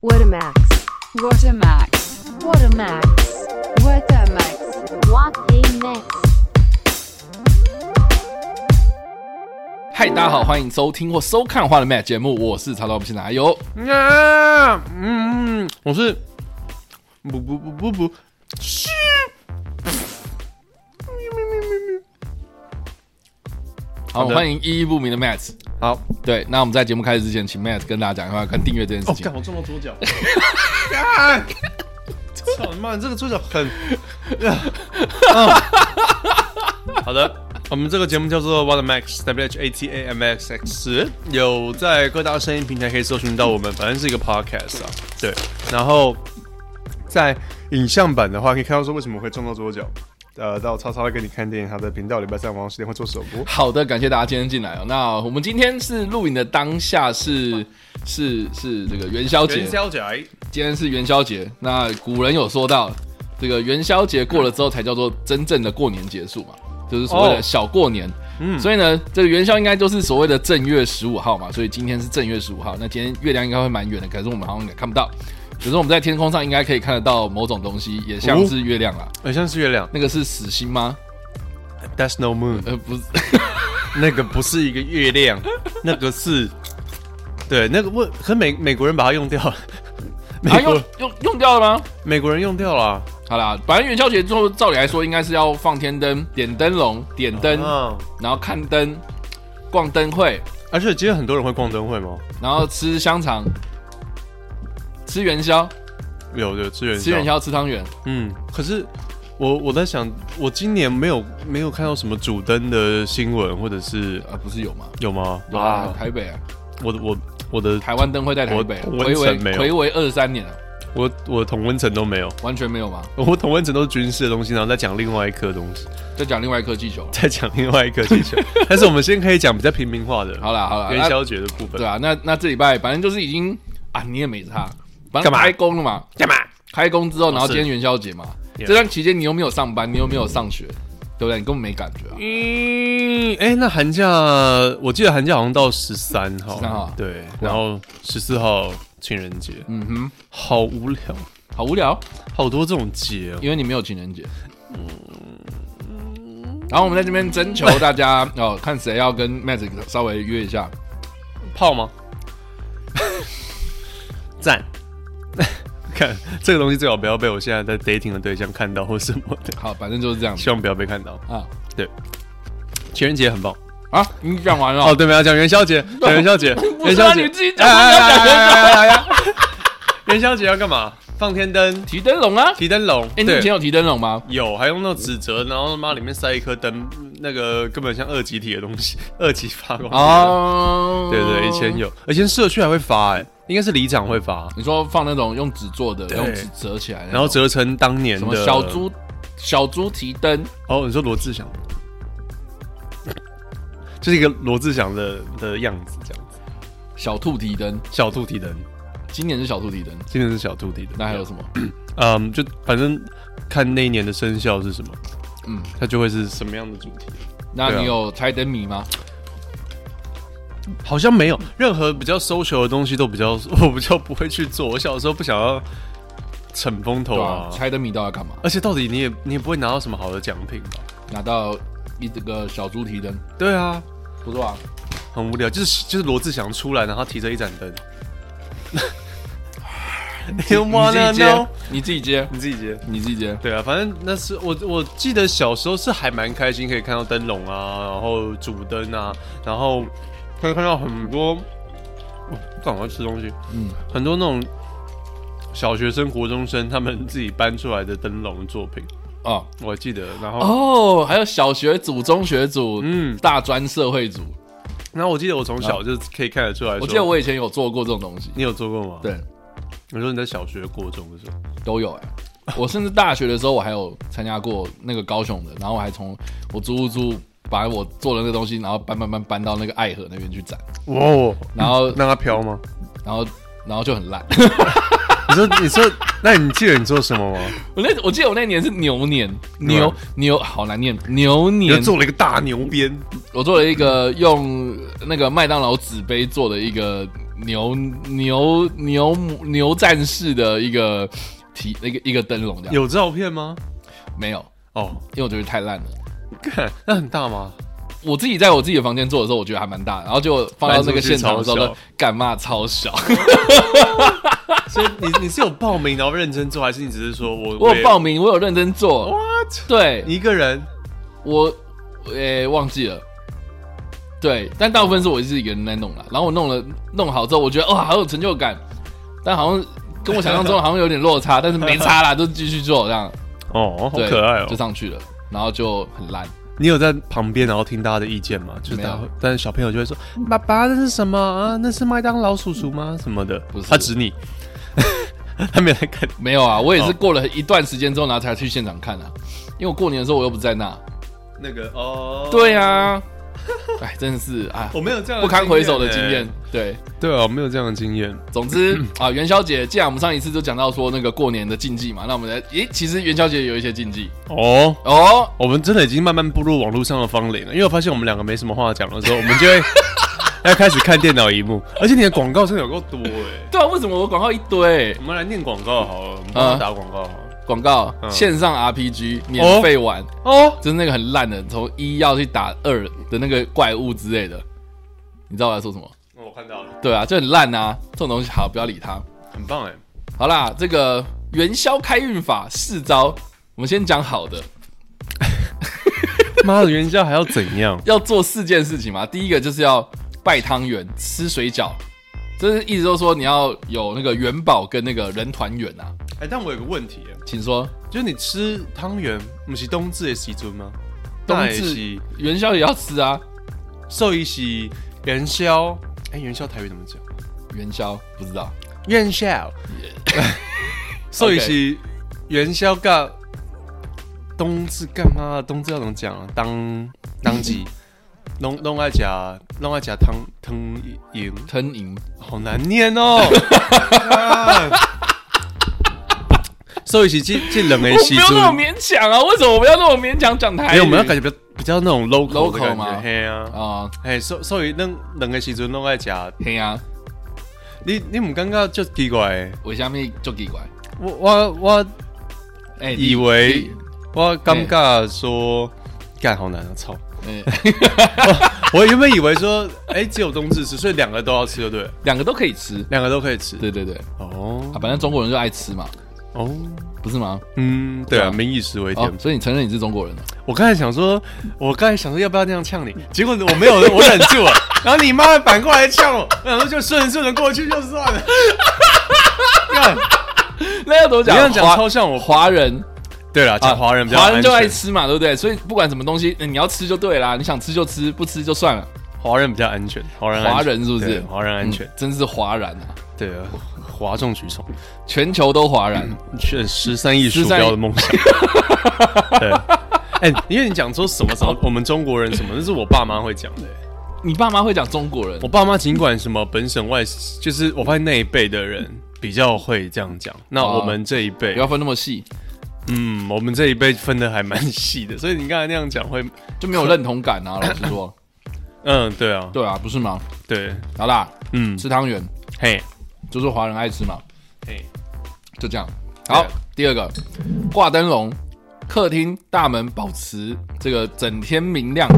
What a max. What a max. What a max. What a max. What a max. 嗨，大家好，欢迎收听或收看《花的 Mac》节目，我是查到不是哪有。啊，嗯，我是不不不不不，是好，好的欢迎意义不明的 Matt。好。对，那我们在节目开始之前，请 Matt 跟大家讲一下跟订阅这件事哦，情干，。我撞到桌 角。干操你妈！你这个桌角很……嗯 好的，我们这个节目叫做 What a Max W H A T A M X X，有在各大声音平台可以搜寻到我们，反正是一个 podcast 啊。对，然后在影像版的话，可以看到说为什么会撞到桌角。呃，到叉叉会跟你看电影，他的频道礼拜三晚上十点会做首播。好的，感谢大家今天进来哦。那我们今天是录影的当下是是是这个元宵节，宅，今天是元宵节。那古人有说到，这个元宵节过了之后才叫做真正的过年结束嘛，就是所谓的哦小过年。嗯所以呢，这个元宵应该就是所谓的正月十五号嘛，所以今天是正月十五号。那今天月亮应该会蛮圆的，可是我们好像也看不到。可是我们在天空上应该可以看得到某种东西，也像是月亮啦。啊很像是月亮。那个是死星吗？ That's no moon。呃，不是，那个不是一个月亮， 那个是，对，那个问，可美美国人把它用掉了，美啊，国、用用用掉了吗？美国人用掉了啊，好啦，反正元宵节之后，照理来说应该是要放天灯、点灯笼、点灯，啊，然后看灯、逛灯会，而且今天很多人会逛灯会吗？然后吃香肠、吃元宵、有的，吃元宵，吃元宵、吃汤圆。嗯，可是我我在想，我今年没有没有看到什么主灯的新闻，或者是啊，不是有吗？有吗？有啊，，台北啊，我的我我的台湾灯会在台北啊，我回我违完全没有回违二十三年了，啊我我的同温层都没有，完全没有吗？我同温层都是军事的东西，然后再讲另外一颗东西，再讲另外一颗气 球了。再讲另外一颗 气球，但是我们先可以讲比较平民化的，好啦好啦，元那宵节的部分对。啊，那那这礼拜反正就是已经啊，你也没差，反正干嘛开工了嘛，干嘛？开工之后，然后是今天元宵节嘛， Yeah 这段期间你又没有上班，你又没有上学，对不对？你根本没感觉啊。嗯，哎、那寒假我记得寒假好像到十三号， 13号对，然后十四号情人节，嗯哼，好无聊，好无聊，好多这种节哦。因为你没有情人节。然后我们在这边征求大家 哦，看谁要跟 Magic 稍微约一下。泡吗？赞。 看这个东西最好不要被我现在在 dating 的对象看到或什么的，好，反正就是这样子希望不要被看到。啊情人节很棒啊！你讲完了哦，，对，没有讲元宵节，讲元宵节，不元是宵啊节你，自己哎讲哎你要哎讲元宵哎哎哎哎，元宵节要干嘛？放天灯，提灯笼啊！提灯笼。哎，你对以前有提灯笼吗？有，还用那种纸折，然后他妈里面塞一颗灯，那个根本像二级体的东西，二级发光。哦，哦，对对，以前。有，以前社区还会发、哎，应该是里长会发，你说放那种用纸做的，对用纸折起来的那种，然后折成当年什么的小猪小猪提灯，哦，你说罗志祥，就是一个罗志祥的的样子，这样子。小兔提灯，小兔提灯，今年是小兔提灯，今年是小兔提灯。那还有什么？嗯，就反正看那一年的生肖是什么，嗯嗯，它就会是什么样的主题。那对啊你有猜灯谜吗？好像没有任何比较 social 的东西都比较， 我比较不会去做。我小时候不想要逞风头对啊啊，，猜灯谜到底要干嘛？而且到底你也你也不会拿到什么好的奖品吧？拿到一这个小猪提灯，对啊，不错啊。很无聊。就是就是罗志祥出来，然后提着一盏灯。You 你自 wanna 己接 know？，你自己接， 你自己接。你自己接。对啊，反正那是我我记得小时候是还蛮开心，可以看到灯笼啊，然后主灯啊，然后可以看到很多，哦干嘛吃东西？嗯嗯，很多那种小学生、国中生他们自己搬出来的灯笼作品，哦我记得。然后，哦，还有小学组、中学组、嗯，大专社会组，然后我记得我从小就可以看得出来说我记得我以前有做过这种东西。你有做过吗？，对，我说你在小学、国中的时候，都有哎、我甚至大学的时候，我还有参加过那个高雄的，然后我还从我租屋租把我做的那个东西，然后搬搬搬搬到那个爱河那边去展，哇、哦，然后让它飘吗？然后然后就很烂。 你说，你说，那你记得你做什么吗？我那我记得我那年是牛年，牛牛好难念，牛 你就年。做了一个大牛鞭，我做了一个用那个麦当劳纸杯做的一个牛牛牛牛战士的一个提那个一个灯笼这样，有照片吗？没有？哦，因为我觉得太烂了。看那很大吗？我自己在我自己的房间做的时候，我觉得还蛮大的，然后就放到那个现场的时候搬呢出去超小，干嘛超小？所以你你是有报名然后认真做，还是你只是 说 我哦我有报名名，我有认真做。 ？What？对，你一个人？我诶、忘记了。对，但大部分是我自己一个人在弄啦。然后我弄了弄好之后，我觉得哇、好有成就感，但好像跟我想 象中好像有点落差，但是没差啦，就继续做这样。哦，好对，可爱就哦！上去了，然后就很烂。你有在旁边然后听大家的意见吗？就是大家没有，但是小朋友就会说：“爸爸，那是什么啊？那是麦当劳叔叔吗？什么的？”不是他指你， 他没有在看。没有啊，我也是哦过了一段时间之后，然后才去现场看啊。因为我过年的时候我又不在那。那个哦，对啊， 哎，真的是啊，我没有这样不的堪回首的欸经验。。对，对啊，我没有这样的经验。总之 啊，元宵节，既然我们上一次就讲到说那个过年的禁忌嘛，那我们来，咦，其实元宵节有一些禁忌哦，哦。我们真的已经慢慢步入网络上的芳龄了，因为我发现我们两个没什么话讲的时候，我们就会 要开始看电脑荧幕，而且你的广告真的有够多哎。对啊，为什么我广告一堆我们来念广告好了，我们帮啊他打广告好了。广告、嗯线上 RPG 免费玩，哦，就是那个很烂的，从一要去打二的那个怪物之类的，你知道我在说什么？哦我看到了，对啊，就很烂啊，这种东西好，不要理它。很棒哎。好啦，这个元宵开运法四招，我们先讲好的，妈的，元宵还要怎样？要做四件事情嘛。第一个就是要拜汤圆、吃水饺，就是一直都说你要有那个元宝跟那个人团圆啊。 哎，但我有个问题哎，请说，就是你吃汤圆，不是冬至的时阵吗？冬那也至是元宵也要吃啊，寿一喜元宵，哎，元宵台语怎么讲？元宵不知道。元宵， 所以是元宵干冬至干嘛？冬至要怎么讲啊？当当季，弄弄爱夹弄爱夹汤汤圆，吞银好难念哦。啊 所以是这这两个我不时用那么阵，勉强啊！为什么我们要那么勉强讲台语？因为我们要感觉比较比较那种 local 的 Local 感嘛觉，嘿啊，啊，嘿，所所以那两个时阵弄爱夹，嘿啊，你你唔感觉就奇怪的？我下面就奇怪，我我我哎，以你为我尴尬说，干好难啊！ 操！哎我原本以为说，哎、只有冬至吃，所以两个都要吃，就对了，两个都可以吃。两个都可以吃。对对对，啊，哦反正中国人就爱吃嘛，哦，不是吗？嗯，对对啊啊，民以食为天。哦，所以你承认你是中国人了？我刚才想说，我刚才想说要不要那样呛你，结果我没有，我忍住 了。然后你妈反过来呛我，然后就顺顺的过去就算 了。干那要怎么你这样讲华超像我华人啊对了，讲华人比较华人就爱安全，吃嘛，对不对？所以不管什么东西，嗯你要吃就对啦，你想吃就吃，不吃就算了。华人比较安全，华人安全华人是不对是？华人安全嗯，真是哗然啊！对啊，哗众取宠。全球都哗 然，确十三亿13鼠亿标的梦想。对，哎、因为你讲说什么什么，我们中国人什么，那是我爸妈会讲的、你爸妈会讲中国人我，爸妈尽管什么本省外，就是我发现那一辈的人比较会这样讲。那哦我们这一辈不，要分那么细，嗯，我们这一辈分的还蛮细的，所以你刚才那样讲会，就没有认同感啊。老实说，嗯，对啊，对啊，不是吗？对，好啦，嗯，吃汤圆嘿，就是华人爱吃嘛，嘿，就这样。好对，第二个挂灯笼，客厅大门保持这个整天明亮，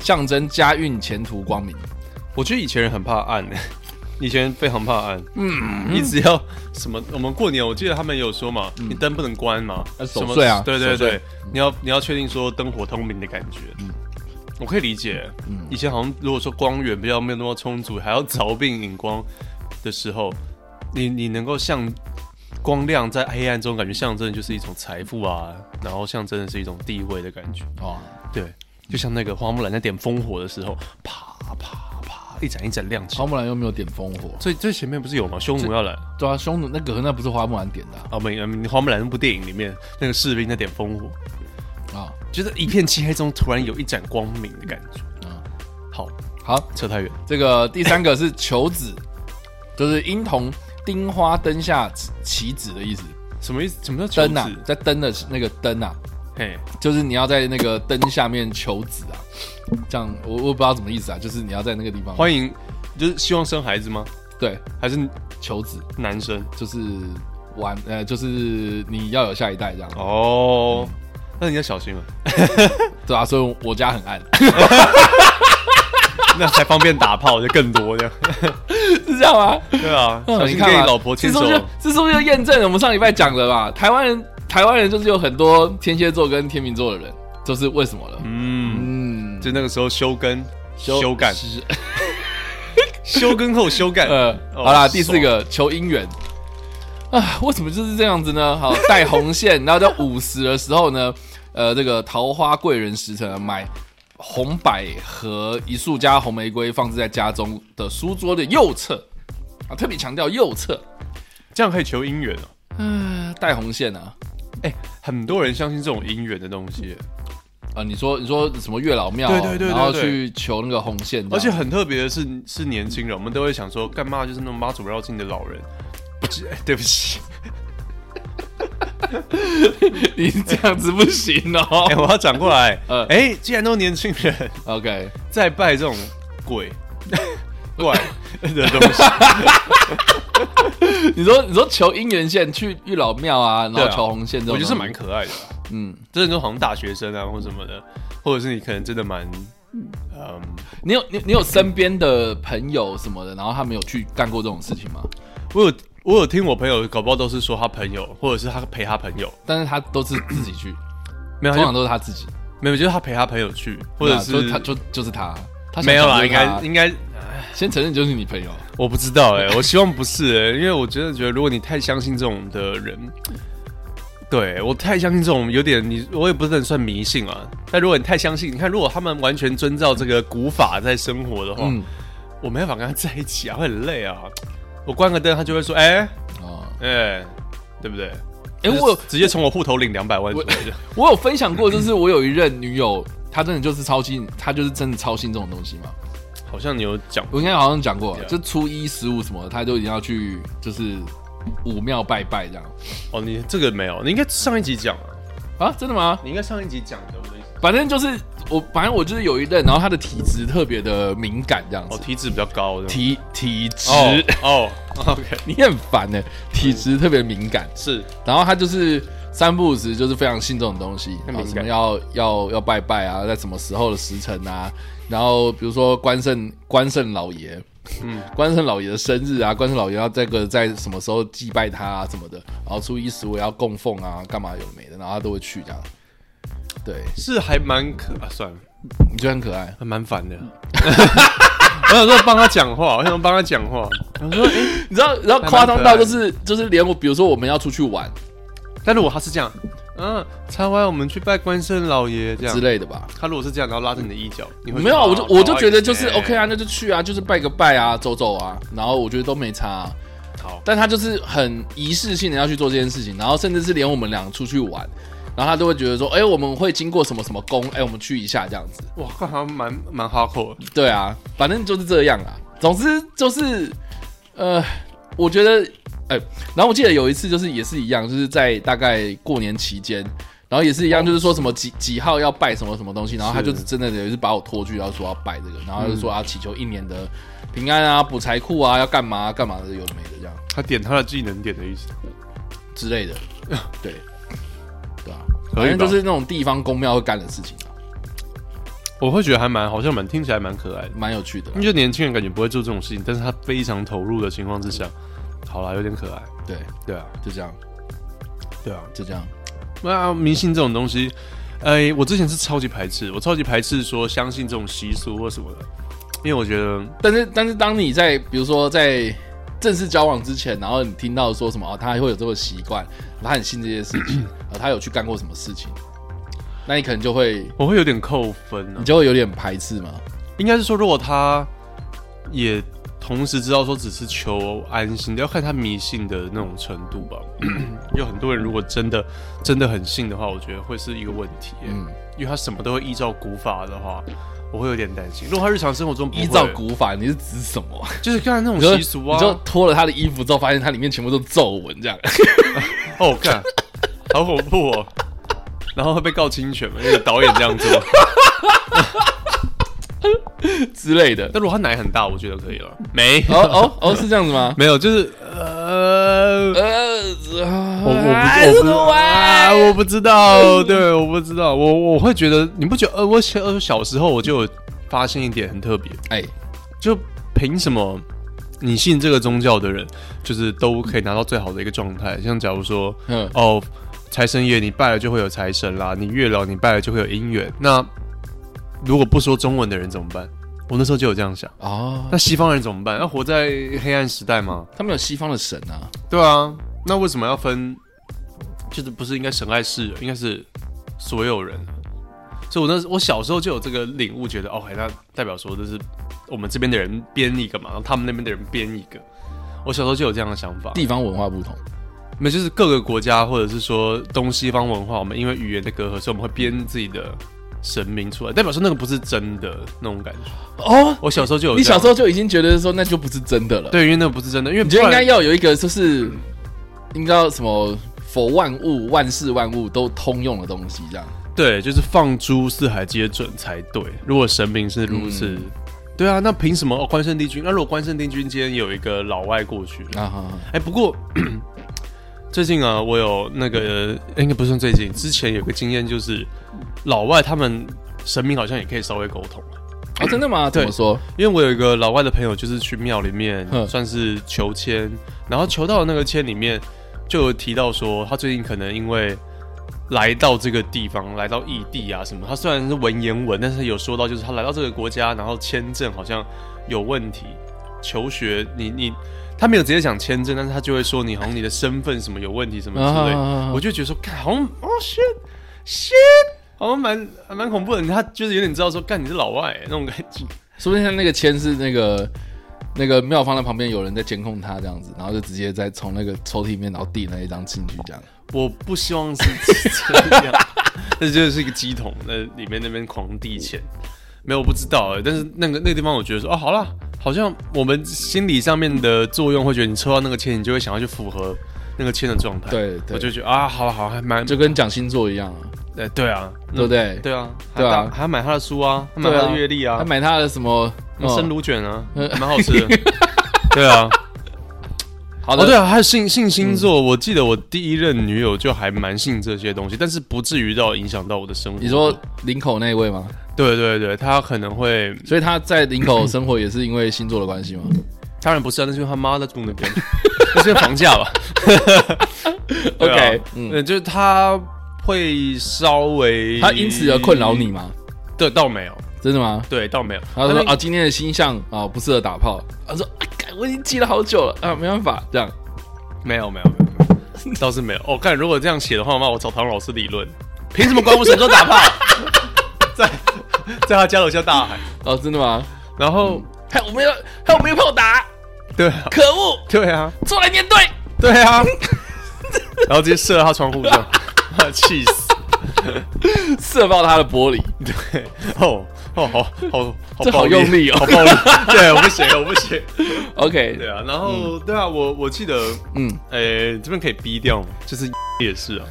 象征家运前途光明。我觉得以前人很怕暗、 以前非常怕暗，嗯，你只要什么，我们过年我记得他们有说嘛，你灯不能关嘛，呃什嗯么守岁啊对对守岁对，你要你要确定说灯火通明的感觉，嗯，我可以理解，嗯，以前好像如果说光源比较没有那么充足，还要凿并引光的时候，你你能够像光亮在黑暗中感觉象征的就是一种财富啊，然后象征的是一种地位的感觉，哦，对，就像那个花木兰在点烽火的时候，啪啪啪，一盏一盏亮起来花。木兰又没有点烽火，最最前面不是有吗？匈奴要来啊！对啊，匈奴那个那不是花木兰点的啊我们嗯花木兰那部电影里面，那个士兵在点烽火，啊。就是一片漆黑中突然有一盏光明的感觉。嗯好，好，扯太远。这个第三个是求子，就是婴童钉花灯下起子的意思。什么意思？什么叫求灯啊子，？在灯的那个灯啊，嘿，就是你要在那个灯下面求子啊。这样我我不知道什么意思啊，就是你要在那个地方。欢迎，就是希望生孩子吗？对，还是求子男生？就是玩，呃，就是你要有下一代这样，哦，那你要小心了， 对啊，所以我家很暗，那才方便打炮就更多这样。是这样吗？ 对 啊，嗯小心你看跟你嘛老婆牵这手是。不是这是不是就验证了我们上礼拜讲的嘛？台湾人，台湾人就是有很多天蝎座跟天秤座的人，就是为什么了？嗯，嗯，就那个时候修根、修改、是修根后修改。呃，哦好啦，第四个求姻缘啊，为什么就是这样子呢？好，带红线， 然后在五十的时候呢，呃，这个桃花贵人时辰啊买红百合一束加红玫瑰，放置在家中的书桌的右侧啊，特别强调右侧，这样可以求姻缘哦。嗯、带红线啊。哎，很多人相信这种姻缘的东西，啊，你说你说什么月老庙，啊对对对对然后对去求那个红线这样，而且很特别的是，是年轻人，我们都会想说，干嘛就是那种妈祖绕境的老人。不是， 哎对不起， 你这样子不行哦。 哎，我要转过来 呃。哎，既然都年轻人， OK，再拜这种 鬼怪的东西，你说你说求姻缘线去月老庙啊，然对后啊求红线这种，我觉得是蛮可爱的啦。嗯，真的都好像大学生啊，或什么的，或者是你可能真的蛮，嗯，你有你你有身边的朋友什么的，然后他们有去干过这种事情吗？我有我有听我朋友，搞不好都是说他朋友，或者是他陪他朋友，但是他都是自己去，嗯没有通他常就都是他自己，没有，就是他陪他朋友去，或者对啊就是是他就就是他，他没有啦，啦，应该应该先承认就是你朋友，我不知道哎、我希望不是哎、 因为我真的觉得，如果你太相信这种的人，对我太相信这种有点你，我也不能算迷信啊。但如果你太相信，你看，如果他们完全遵照这个古法在生活的话，嗯，我没办法跟他在一起啊，会很累啊。我关个灯，他就会说，哎、哦，哎、对不对？哎，就是我有直接从我户头领两百万出来的，我有分享过，就是我有一任女友，她真的就是超信，她就是真的超信这种东西嘛。好像你有讲过，我应该好像讲过啊 Yeah.，就初一十五什么的，他就一定要去就是武庙拜拜这样哦，你这个没有，你应该上一集讲啊，啊？真的吗？你应该上一集讲的，我的意思。反正就是我，反正我就是有一任，然后他的体质特别的敏感这样哦，子，体脂比较高的，体体质，哦哦，OK， 你很烦呢、体质特别敏感，是然后他就是三不五时就是非常信这种东西，然很后什敏么感要要要拜拜啊，在什么时候的时辰啊，然后比如说关圣关圣老爷，嗯， 关圣老爷的生日啊，关圣老爷要这个在什么时候祭拜他啊什么的，然后初一十五也要供奉啊，干嘛有的没的，然后他都会去这样。对，是还蛮可啊，算了，你觉得很可爱？还蛮 烦的。我想说帮他讲话，我想帮他讲话。我说，哎，你知道，你知道蛮夸张到可爱的就是就是连我，比如说我们要出去玩但如果他是这样，嗯，擦完我们去拜关圣老爷这之样，类的吧，他如果是这样，然后拉着你的衣角，你会没有啊，我觉得就哦我就好觉得就是 OK 哎啊，那就去啊，就是拜个拜啊，走走啊，然后我觉得都没差啊、好，但他就是很仪式性的要去做这件事情，然后甚至是连我们俩出去玩，然后他都会觉得说，哎、我们会经过什么什么宫，哎、我们去一下这样子。哇，好像蛮蛮哈扣的。对啊，反正就是这样啊。总之就是，呃，我觉得，哎、然后我记得有一次就是也是一样，就是在大概过年期间，然后也是一样，就是说什么几几号要拜什么什么东西，然后他就真的也是把我拖去，然后说要拜这个，然后他就嗯说要啊祈求一年的平安啊、补财库啊、要干嘛、干嘛的，有的没的这样。他点他的技能点的意思。之 类的，对，对啊，可反以吧正就是那种地方公庙会干的事情啊，我会觉得还蛮好像蛮听起来蛮可爱的，蛮有趣的啦啊因，为就年轻人感觉不会做这种事情，但是他非常投入的情况之下，好啦，有点可爱。对，对啊，就这样，对啊，就这样，那迷信啊这种东西，哎，我之前是超级排斥，我超级排斥说相信这种习俗或什么的，因为我觉得但是但是当你在比如说在正式交往之前，然后你听到说什么哦，他会有这个习惯，他很信这些事情，呃，他有去干过什么事情，那你可能就会我会有点扣分啊你。就会有点排斥嘛，应该是说，如果他也同时知道说只是求安心，要看他迷信的那种程度吧。嗯 有很多人如果真的真的很信的话，我觉得会是一个问题、嗯嗯，因为他什么都会依照古法的话，我会有点担心。如果他日常生活中不会依照，古法你是指什么？就是刚才那种你就 习俗啊你，就脱了他的衣服之后，发现他里面全部都皱纹这样， 哦，干，好恐怖哦！然后会被告侵权嘛？因为导演这样做，之类的。 但如果他奶很大，我觉得可以了。没哦哦哦，是这样子吗？ 没有，就是 呃，呃，哎我我不还我是不啊，我不知道，对，我不知道，我我会觉得，你不觉得？呃，我小呃小时候我就有发现一点很特别，哎，就凭什么你信这个宗教的人，就是都可以拿到最好的一个状态？像假如说，嗯哦，财神爷你拜了就会有财神啦，你月老你拜了就会有姻缘。那如果不说中文的人怎么办？我那时候就有这样想。哦，那西方人怎么办？要活在黑暗时代吗？他们有西方的神啊，对啊，那为什么要分？就是不是应该神爱世人，应该是所有人。啊所以我那时我小时候就有这个领悟，觉得哦，那代表说这是我们这边的人编一个嘛，然后他们那边的人编一个。我小时候就有这样的想法，地方文化不同。那就是各个国家或者是说东西方文化，我们因为语言的隔阂，所以我们会编自己的神明出来，代表说那个不是真的那种感觉。哦，我小时候就有你这样小时候就已经觉得说那就不是真的了。，对，因为那个不是真的，因为你觉得不应然该要有一个就是应该要什么佛万物万事万物都通用的东西这样。对，就是放诸四海皆准才对。如果神明是如此，嗯对啊，那凭什么、哦、关圣帝君？那如果关圣帝君今天有一个老外过去，哎、啊哈，不过最近啊，我有那个呃应该不算最近，之前有个经验就是，老外他们神明好像也可以稍微沟通。哦，真的吗？对怎么说？因为我有一个老外的朋友，就是去庙里面哼算是求签，然后求到的那个签里面就有提到说，他最近可能因为来到这个地方，来到异地啊什么，他虽然是文言文，但是有说到就是他来到这个国家，然后签证好像有问题，求学你你他没有直接讲签证，但是他就会说你好像你的身份什么有问题什么之类的，啊我就觉得说，看好像哦 shit shit，好像蛮蛮恐怖的，他就是有点知道说，干你是老外、那种感觉。说不定他那个签是那个那个庙方的旁边有人在监控他这样子，然后就直接再从那个抽屉里面然后递那一张进去这样。我不希望是这样， 那就是一个鸡桶，那里面那边狂递钱，没有我不知道、欸，但是那个那个地方，我觉得说，哦，好啦，好像我们心理上面的作用会觉得你抽到那个签，你就会想要去符合那个签的状态，，对对，我就就觉得啊，好了好了，还蛮就跟讲星座一样啊，哎、对啊，嗯对不对？对啊，对啊还打还买他的书啊，还买对啊他的阅历啊还，买他的什么那嗯生卤卷 啊，蛮好吃的，对啊。好的，哦，对啊，还有信信星座，我记得我第一任女友就还蛮信这些东西，但是不至于到影响到我的生活。你说林口那一位吗？对对对，他可能会，所以他在林口生活也是因为星座的关系吗？当然不是啊，那是因为他妈在住那 边，那是因为房价 吧对啊 OK，嗯嗯，就是他会稍微，他因此而困扰你？吗？对，倒没有，真的吗？对，倒没有。他说但是啊，今天的星象啊不适合打炮。他说啊，干我已经记了好久了啊，没办法，这样没有没有没有没有，倒是没有。我、看如果这样写的话，那我找唐老师理论，凭什么管我什么时候打炮？ 在在他家楼下大喊，哦，真的吗？然后、还有没有还有没有炮打？对啊可恶，对啊出来面对。对啊，然后直接射到他窗户 上，啊气死！射爆他的玻璃，对，哦哦，好好好，这好暴力用力哦好暴力！对，我不行，我不行。对 OK，啊，然后对啊，我我记得，嗯，诶，这边可以逼掉吗？就是 也是啊，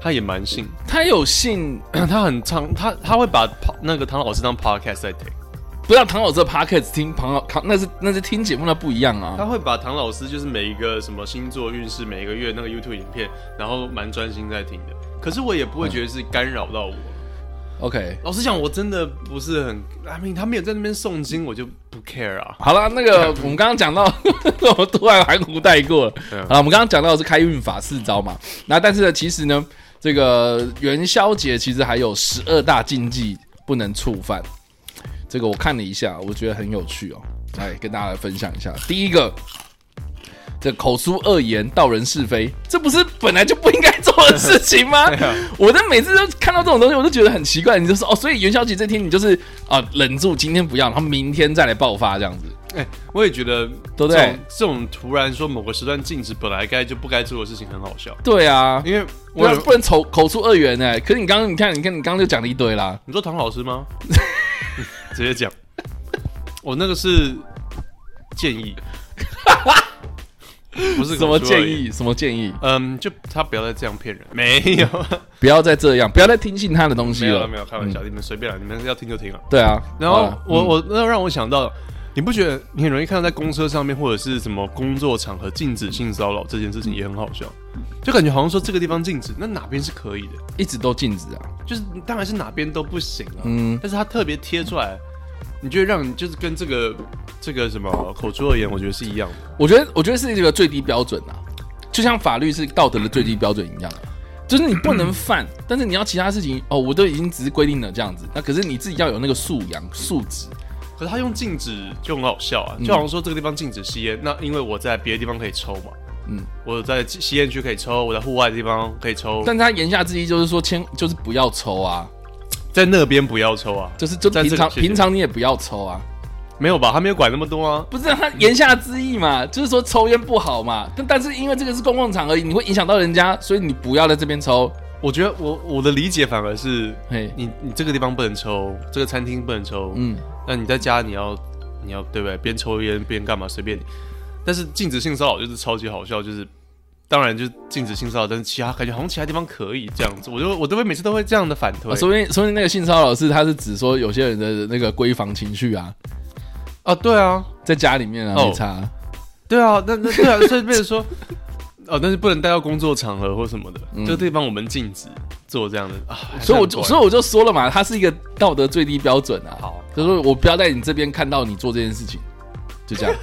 他也蛮信，他有信， 他很唱，他他会把 po- 那个唐老师当 podcast 在听，不要唐老师的 podcast 听唐老唐，那是那是听节目那不一样他啊。会把唐老师就是每一个什么星座运势，每一个月那个 YouTube 影片，然后蛮专心在听的。可是我也不会觉得是干扰到我。 OK，老实讲，我真的不是很，I mean，他没有在那边诵经，我就不 care 啊。好了，那 个我们刚刚讲到， 我突然含糊带过了。对啊好了，我们刚刚讲到的是开运法四招嘛，那但是呢，其实呢，这个元宵节其实还有十二大禁忌不能触犯。这个我看了一下，我觉得很有趣哦，来跟大家来分享一下。第一个，这口出恶言、道人是非，这不是本来就不应该做的事情 吗？啊我在每次都看到这种东西，我都觉得很奇怪。你就说哦，所以元宵节这天你就是啊、忍住，今天不要，然后明天再来爆发这样子。哎、我也觉得对不这对种这种突然说某个时段禁止本来该就不该做的事情很好笑，对啊，因为不我然有不能口口出恶言哎、可是你刚刚你看，你看你刚刚就讲了一堆啦。你说唐老师吗？ 直接讲， 我那个是建议，不是什么 control 建而已？议？什么建议？嗯，就他不要再这样骗人，没有，不要再这样，不要再听信他的东西没有了。了，没有，开玩笑，你们随便了，你们要听就听啊。对啊，然好后了我嗯我那让我想到，你不觉得你很容易看到在公车上面或者是什么工作场合禁止性骚扰这件事情也很好笑，嗯就感觉好像说这个地方禁止，那哪边是可以的？一直都禁止啊，就是当然是哪边都不行啊，嗯但是他特别贴出来，你就会让你就是跟这个这个什么口出恶言，我觉得是一样的。我觉得我觉得是这个最低标准啊，就像法律是道德的最低标准一样啊、就是你不能犯，但是你要其他事情哦，我都已经只是规定了这样子，那可是你自己要有那个素养素质，可是他用禁止就很好笑啊，就好像说这个地方禁止吸烟，那因为我在别的地方可以抽嘛，嗯，我在吸烟区可以抽，我在户外的地方可以抽，但是他言下之意就是说，千就是不要抽啊，在那边不要抽啊，就是就在这平个常谢谢平常你也不要抽啊，没有吧？他没有管那么多啊，不是啊他言下之意嘛，就是说抽烟不好嘛，但但是因为这个是公共场合，你会影响到人家，所以你不要在这边抽，我觉得我我的理解反而是，嘿，你你这个地方不能抽，这个餐厅不能抽，嗯，那你在家你要你要对不对？边抽烟边干嘛随便你。但是禁止性骚扰就是超级好笑，就是当然就是禁止性骚扰，但是其他感觉好像其他地方可以这样子，我就我都会每次都会这样的反推。啊说不定说不定那个性骚扰是他是指说有些人的那个闺房情绪啊，啊，对啊，在家里面啊，哦没差啊。对啊，那那对啊，所以变成说，哦，但是不能带到工作场合或什么的，这个地方我们禁止做这样的啊。还嗯是所以我很就怪所以我就说了嘛，它是一个道德最低标准啊。好就是说我不要在你这边看到你做这件事情，就 这样。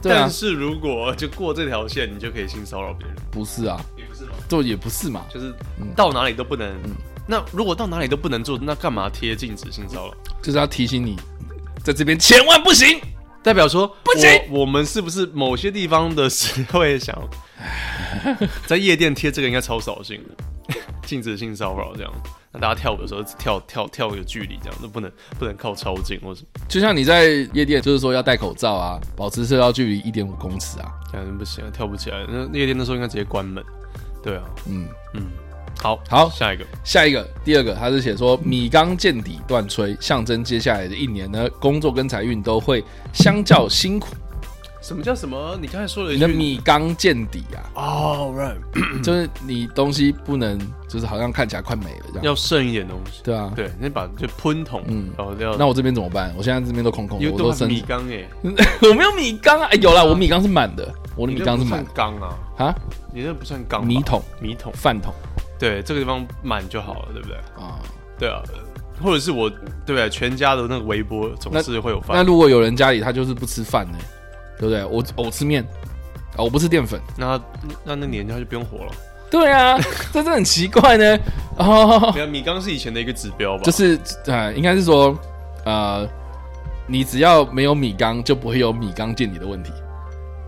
对啊但，是如果就过这条线，你就可以性骚扰别人，不是啊，也不是吗？这也不是嘛。就是到哪里都不能。那如果到哪里都不能做，那干嘛贴禁止性骚扰？就是要提醒你，在这边千万不行。代表说不行我，我们是不是某些地方的社会想 在夜店贴这个应该超扫兴的，禁止性骚扰这样。那大家跳舞的时候跳跳跳有距离这样，都不能不能靠超近或什么，就像你在夜店，就是说要戴口罩啊，保持社交距离一点五公尺啊。感觉不行啊，跳不起来。那夜店的时候应该直接关门。对啊，嗯，嗯，好，好下一个，下一个，第二个，他是写说米缸见底断炊，象征接下来的一年呢，工作跟财运都会相较辛苦。什么叫什么？你刚才说了一你句的米缸见底啊，哦、right，就是你东西不能，就是好像看起来快没了这样。要剩一点东西。对啊，对，那把就喷筒，嗯然后要那我这边怎么办？我现在这边都空空因的，为我都都是生，米缸哎， 我没有米缸啊，哎有啦，我米缸是满的，我的米缸是满的缸啊，啊，你那不算缸吧，米桶米桶，饭桶对，这个地方满就好了，对不对？啊。对啊，或者是我对不对？全家的那个微波总是会有那饭，如果有人家里他就是不吃饭呢，对不对？我我吃面啊，我不吃淀 粉。那他那那年他就不用活了。对啊，这真的很奇怪呢。哦没，有米缸是以前的一个指标吧？就是呃，应该是说呃，你只要没有米缸，就不会有米缸见底的问题。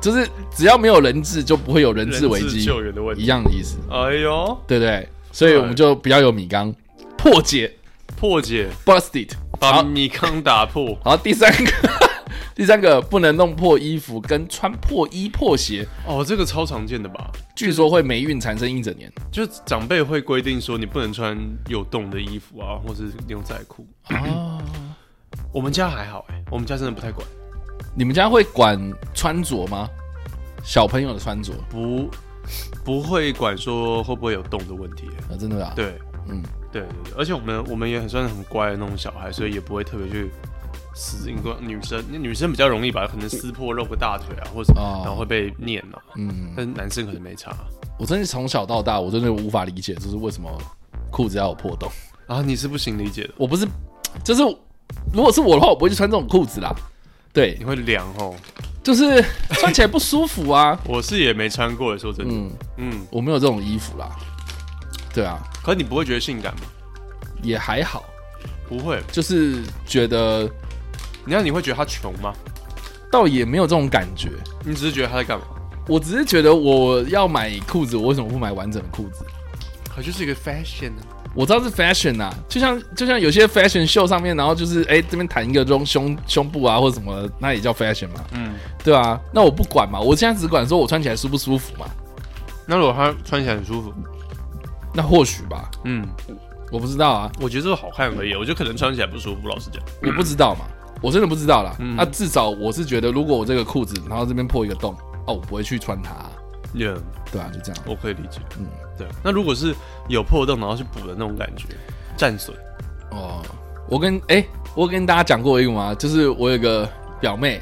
就是只要没有人质，就不会有人质危人质机，救援的问题一样的意思。哎呦，对不对？所以我们就不要有米缸，破解破解 bust it。把好米缸打破，好，第三个， 第三个不能弄破衣服跟穿破衣破鞋，哦，这个超常见的吧？据说会霉运缠身一整年。就是长辈会规定说你不能穿有洞的衣服啊，或是牛仔裤。哦，我们家还好哎、我们家真的不太管。你们家会管穿着吗？小朋友的穿着不不会管说会不会有洞的问题。欸啊，真的啊，，对，嗯，对对对，而且我们我们也很算是很乖的那种小孩，所以也不会特别去撕。你说女生，女生比较容易吧，可能撕破肉个大腿啊，或者什么，哦然后会被念啊。嗯，但是男生可能没差啊我真的从小到大，我真的无法理解，就是为什么裤子要有破洞。啊，你是不行理解的，我不是，就是如果是我的话，我不会去穿这种裤子啦。对你，会凉哦。就是穿起来不舒服啊。我是也没穿过的，说真的，嗯，嗯，我没有这种衣服啦。对啊，可你不会觉得性感吗？也还好，不会，就是觉得你看你会觉得他穷吗？倒也没有这种感觉。你只是觉得他在干嘛？我只是觉得我要买裤子，我为什么不买完整的裤子？可就是一个 fashion 啊，我知道是 fashion 啊，就像就像有些 fashion show 上面，然后就是哎、这边弹一个胸胸胸部啊或者什么的，那也叫 fashion 嘛，嗯。对啊，那我不管嘛，我现在只管说我穿起来舒不舒服嘛，那如果他穿起来很舒服，那或许吧，嗯，我不知道啊，我觉得这个好看而已，我觉得可能穿起来不舒服。老实讲，我不知道嘛，我真的不知道啦。那、嗯至少我是觉得，如果我这个裤子，然后这边破一个洞，哦，我不会去穿它， ，yeah，对啊，就这样。我可以理解。嗯，对。那如果是有破洞然后去补的那种感觉，战损哦，我跟哎、我跟大家讲过一个嘛，就是我有个表妹，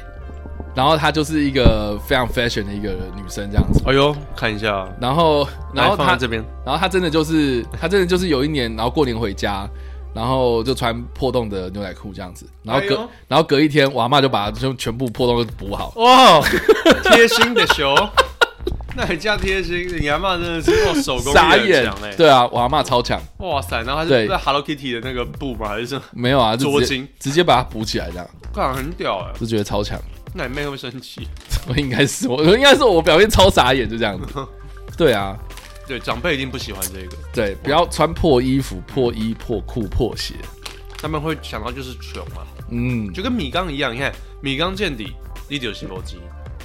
然后她就是一个非常 fashion 的一个女生这样子，哎呦，看一下，然后然后来放她在这边，然后她真的就是她真的就是有一年，然后过年回家。然后就穿破洞的牛仔裤这样子，然后隔、哎呦然后隔一天，我阿妈就把就全部破洞都补好，哇， 贴心的熊， 那也叫贴心。你阿妈真的是哇手工傻艺眼很强哎，，对啊，我阿妈超强，哇塞，然后还对是在 Hello Kitty 的那个布嘛，还是什么没有啊，就捉直接襟直接把它补起来这样，看很屌哎。就觉得超强。 那你妹会不会生气？我应该是我我应该是我表现超傻眼，就这样 子。对啊，对，长辈一定不喜欢这个，对，不要穿破衣服、破衣、破裤、破鞋。他们会想到就是穷嘛，嗯，就跟米缸一样。你看米缸见底，你就有洗头机，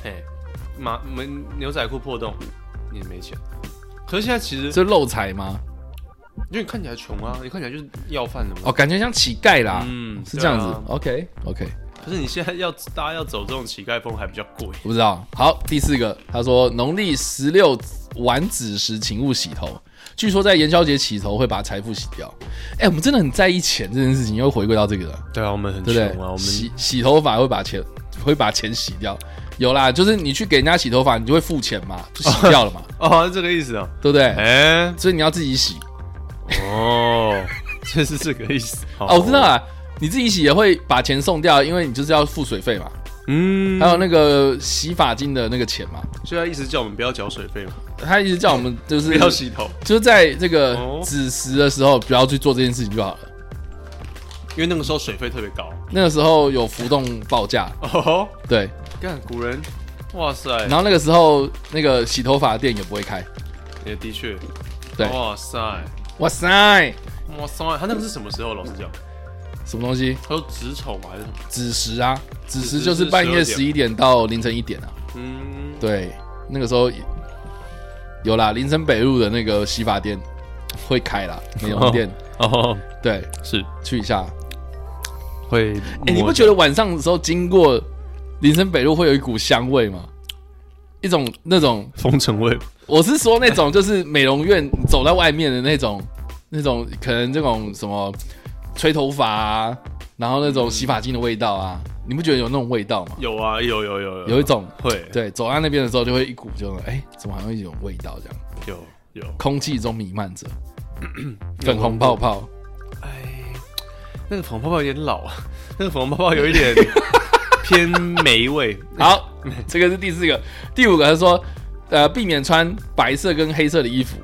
哎，马门牛仔裤破洞，你没钱。可是现在其实，这漏财吗？因为你看起来穷啊，你看起来就是要饭的嘛。哦，感觉像乞丐啦。嗯是这样子对啊。 OK OK，可是你现在要大家要走这种乞丐风还比较贵，我不知道。好，第四个，他说农历十六晚子时请勿洗头。据说在元宵节洗头会把财富洗掉。哎、我们真的很在意钱这件事情，又回归到这个了。对啊，我们很对不对？洗洗头发会把钱会把钱洗掉，有啦，就是你去给人家洗头发，你就会付钱嘛，就洗掉了 嘛，哦，这个意思哦，对不对？哎、所以你要自己洗哦，就是这个意思。 哦，我知道，啊，你自己洗也会把钱送掉，因为你就是要付水费嘛，嗯，还有那个洗发精的那个钱嘛。所以他意思叫我们不要缴水费嘛，他一直叫我们就是不要洗头，就是在这个哦子时的时候不要去做这件事情就好了。因为那个时候水费特别高。那个时候有浮动报价，哦，对，干古人，哇塞，然后那个时候那个洗头发的店也不会开，也的确，对哇塞，哇塞，哇塞，他那个是什么时候？老实讲，什么东西？他说子丑嘛还是什么？子时啊，子时时就是半夜是12十一点到凌晨一点啊。嗯，对，那个时候有啦，林森北路的那个洗发店会开啦，美容店。哦，对，是去一下。会，哎、你不觉得晚上的时候经过林森北路会有一股香味吗？一种那种，得风尘味？我是说那种就是美容院你走在外面的那种，那种可能这种什么吹头发啊，然后那种洗发精的味道啊，你不觉得有那种味道吗？有啊，有有有有有一种会，对，走到那边的时候就会一股就哎、怎么好像有一种味道这样，有有，空气中弥漫着粉红泡泡。哎，那个粉红泡泡有点老啊，那个粉红泡泡有 一点偏霉味。好，这个是第四个，第五个他说，呃，避免穿白色跟黑色的衣服，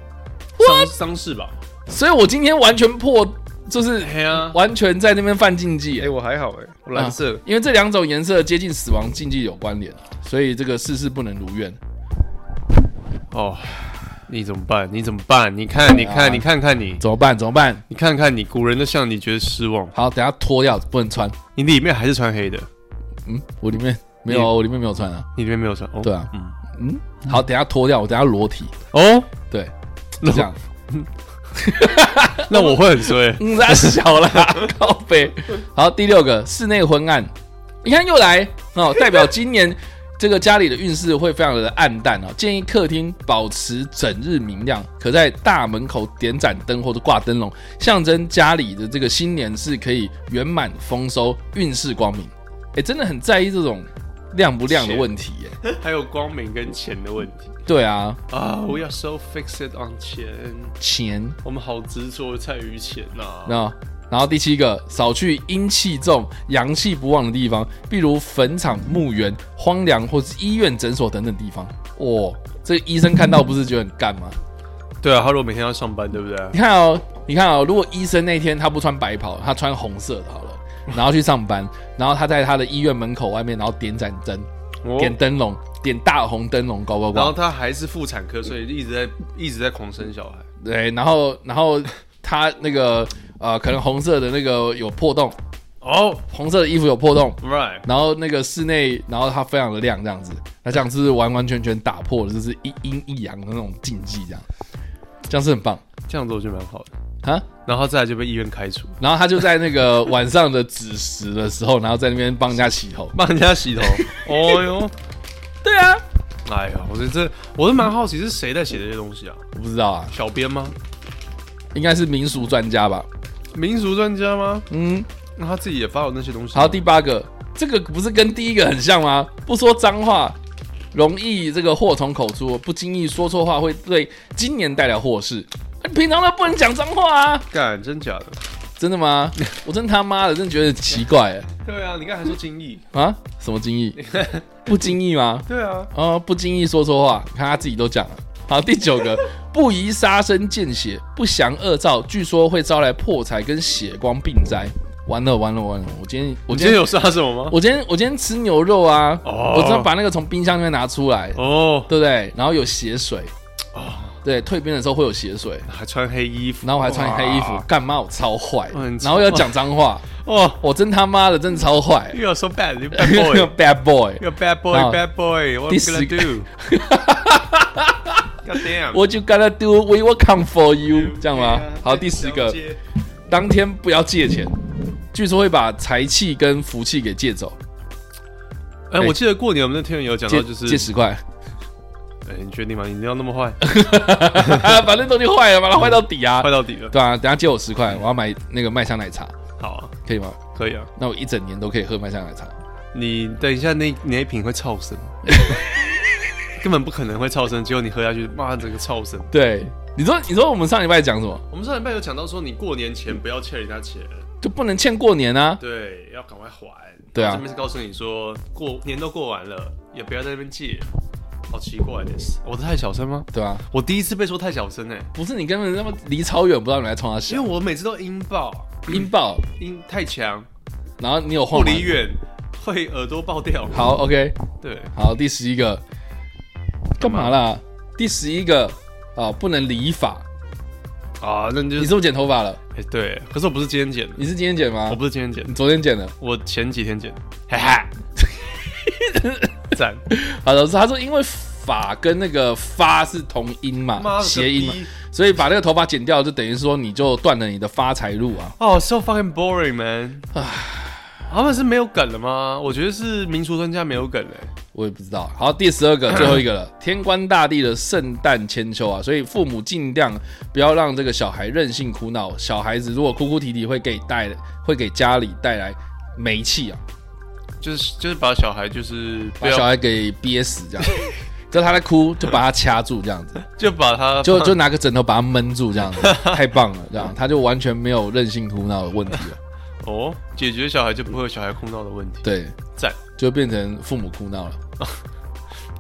丧丧事吧？所以我今天完全破，就是哎呀，完全在那边犯禁忌、我还好哎、我蓝色因为这两种颜色接近死亡禁忌有关联，啊所以这个事事不能如愿。哦。你怎么办？你怎么办？你看，你啊看，你看看你，怎么办？怎么办？你看看你，古人都向你觉得失望。好，等下脱掉，不能穿。你里面还是穿黑的，嗯，我里面没有啊，我里面没有穿啊。你里面没有穿。哦对啊，嗯，嗯，好，等下脱掉，我等下裸体。哦，对，就这样。那我会很衰。嗯，太小啦， 靠背。好，第六个，室内昏暗。你看又来哦，代表今年这个家里的运势会非常的暗淡哦。建议客厅保持整日明亮，可在大门口点盏灯或者挂灯笼，象征家里的这个新年是可以圆满丰收，运势光明。哎，真的很在意这种亮不亮的问题耶。还有光明跟钱的问题对啊，啊！我要 so fixed on 钱，钱我们好执着在于钱呐、那然后第七个，少去阴气重、阳气不旺的地方，比如坟场、墓园、荒凉或是医院、诊所等等地方。哦，这个医生看到不是觉得很干吗？ 对啊，他如果每天要上班，对不对？你看哦，你看哦，如果医生那天他不穿白袍，他穿红色的好 了，然后去上班，然后他在他的医院门口外面，然后点盏灯、哦点灯笼、点大红灯笼，高高然高，后他还是妇产科，所以一直在一直在狂生小孩。对，然后然后他那个呃，可能红色的那个有破洞，哦、红色的衣服有破洞， right，然后那个室内，然后它非常的亮，这样子，那这样是完完全全打破了就是一阴一阳的那种禁忌，这样，这样是很棒这样子我觉得蛮好的。啊。然后再来就被医院开除，然后他就在那个晚上的子时 的时候，然后在那边帮人家洗头。帮人家洗头。哦哟，对啊，哎呀，我觉得这我是蛮好奇是谁在写这些东西啊？我不知道啊，小编吗？应该是民俗专家吧？民俗专家吗？嗯，那他自己也发了那些东西吗。好，第八个，这个不是跟第一个很像吗？不说脏话，容易这个祸从口出，不经意说错话会对今年带来祸事。啊你平常都不能讲脏话啊！干，真假的？真的 吗？我真他妈的真觉得奇怪欸对啊，你刚才还说精益。啊！什么经意？ 不经意吗？对啊，哦，不经意说错话，你看他自己都讲了。好，第九 个，不宜杀生见血，不祥恶兆，据说会招来破财跟血光病灾。完了完了完了！我今天我你今今天天有杀什么吗？我今天我今天吃牛肉啊，哦我知道把那个从冰箱里面拿出来，哦，对不对？然后有血水，哦对，退冰的时候会有血水，还穿黑衣服，然后我还穿黑衣服哇，干妈我超坏哇你，超然后要讲脏话，哦我真他妈的真的超坏，You are so bad, you bad boy, bad boy。 you bad boy, 好 bad boy. What 第 you 十 gonna 个 do? God damn！ What you gotta do? We will come for you，这样吗对啊？好，第十个小，姐当天不要借钱，据说会把财气跟福气给借走，哎，哎我记得过年我们那天有讲到，借就是借十块， 哎，你确定吗？你一定要那么坏，反正东西坏了，把它坏到底啊 坏，到底 了。对啊，等下借我十块，我要买那个麦香奶茶，好啊，可以吗？可以啊。那我一整年都可以喝麦香奶茶，你等一下那，那一瓶会超 生，根本不可能会超生。结果你喝下去，妈，整个超生。对。你说，你说我们上礼拜讲什么？我们上礼拜有讲到说，你过年前不要欠人家钱，就不能欠过年啊！对，要赶快还。对啊这边是告诉你说，过年都过完了，也不要在那边借。好奇怪的是，我的太小声吗？对吧、我第一次被说太小声哎、不是啊你根本那么离超远，不知道你来冲他因笑，为我每次都音爆，音爆，音太强，然后你有晃不吗离远会耳朵爆掉。，好，OK，对，好，第十一个，干嘛啦？第十一个啊，不能理发。啊，那就你是是不是剪头发了？哎对，可是我不是今天剪的，你是今天剪吗？我不是今天剪的你，昨天剪的。我前几天剪的，哈哈， 赞，好的，他说因为发跟那个发是同音嘛，妈的谐音嘛逼，所以把那个头发剪掉，就等于说你就断了你的发财路啊。哦、s o fucking boring man，他们是没有梗了吗？我觉得是民俗专家没有梗欸嘞、我也不知道。好，第十二 个，最后一个了。天官大帝的圣诞千秋啊，所以父母尽量不要让这个小孩任性哭闹。小孩子如果哭哭啼啼，会给带会给家里带来霉气啊，就是就是把小孩就是不把要小孩给憋死 这样。只要他在哭，就把他掐住这样子，就把他 就放就拿个枕头把他闷住这样子，太棒了，这样他就完全没有任性哭闹的问题了。哦，解决小孩就不会有小孩哭闹的问题。对，赞，就变成父母哭闹了。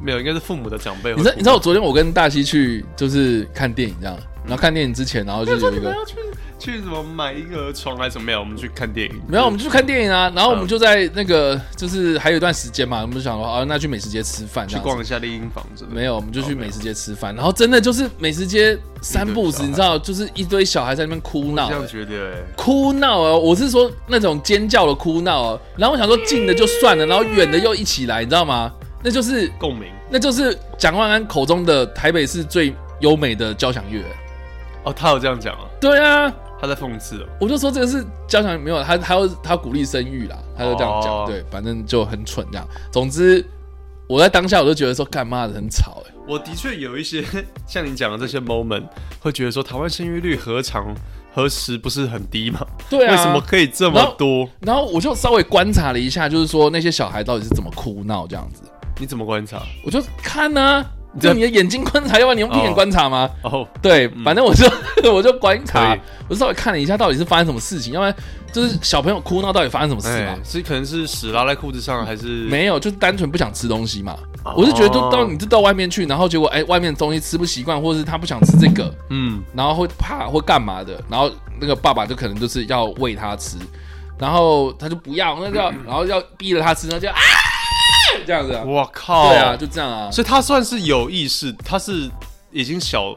没有，应该是父母的长辈你会哭知闹。道，你知道我昨天我跟大西去就是看电影这样，然后看电影之前，然后就有一个。去什么买一个床还是什么？没有，我们去看电影。没有，我们就去看电影啊，然后我们就在那个，就是还有一段时间嘛，我们就想说，啊，那去美食街吃饭，去逛。一哦下丽婴房之类的。没有，我们就去美食街吃饭，然后真的就是美食街三步一堆小子，孩你知道，就是一堆小孩在那边哭闹这，样觉得、欸，哭闹啊！我是说那种尖叫的哭闹啊。然后我想说近的就算了，然后远的又一起来，你知道吗？那就是共鸣那就是蒋万安口中的台北市最优美的交响乐。哦，他有这样讲啊，对啊，他在讽刺哦。我就说这个是交响没有他，他要他鼓励生育啦，他就这样讲，哦对，反正就很蠢这样。总之，我在当下我就觉得说，干妈的很吵哎、我的确有一些 像你讲的这些 moment，会觉得说台湾生育率何尝何时不是很低吗？对啊，为什么可以这么多？然后我就稍微观察了一下，就是说那些小孩到底是怎么哭闹这样子，你怎么观察？我就看呢、啊，这就你的眼睛观察，要不然你用屁眼哦观察吗？哦，对，反正我就、我就 观可察以，我就稍微看了一下到底是发生什么事情，要不然就是小朋友哭闹到底发生什么事嘛哎，？是可能是屎拉在裤子上，还是没有，就是单纯不想吃东西嘛。哦我是觉得就到你就到外面去，然后结果哎、外面的东西吃不习惯，或者是他不想吃这个，嗯然后会怕或干嘛的，然后那个爸爸就可能就是要喂他吃，然后他就不要，那就嗯要然后要逼着他吃，他就啊这样子啊，我靠，对啊，就这样啊，所以他算是有意识，他是已经小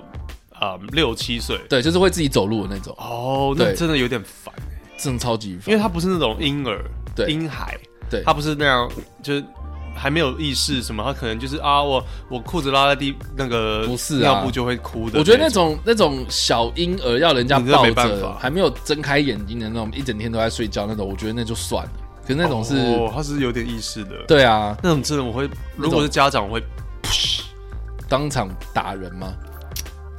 啊六七岁对，就是会自己走路的那种，哦，那对真的有点烦欸、真的超级因烦，为他不是那种婴儿，对婴孩，对他不是那样，就是还没有意识什么，他可能就是啊，我我裤子拉在地那个不是啊尿布就会哭的种，我觉得那种那种小婴儿要人家你真的抱没办着，法还没有睁开眼睛的那种，一整天都在睡觉那种，我觉得那就算了。可是那种是，哦哦，他是有点意识的，，对啊，那种真的我会，种如果是家长我会，当场打人吗？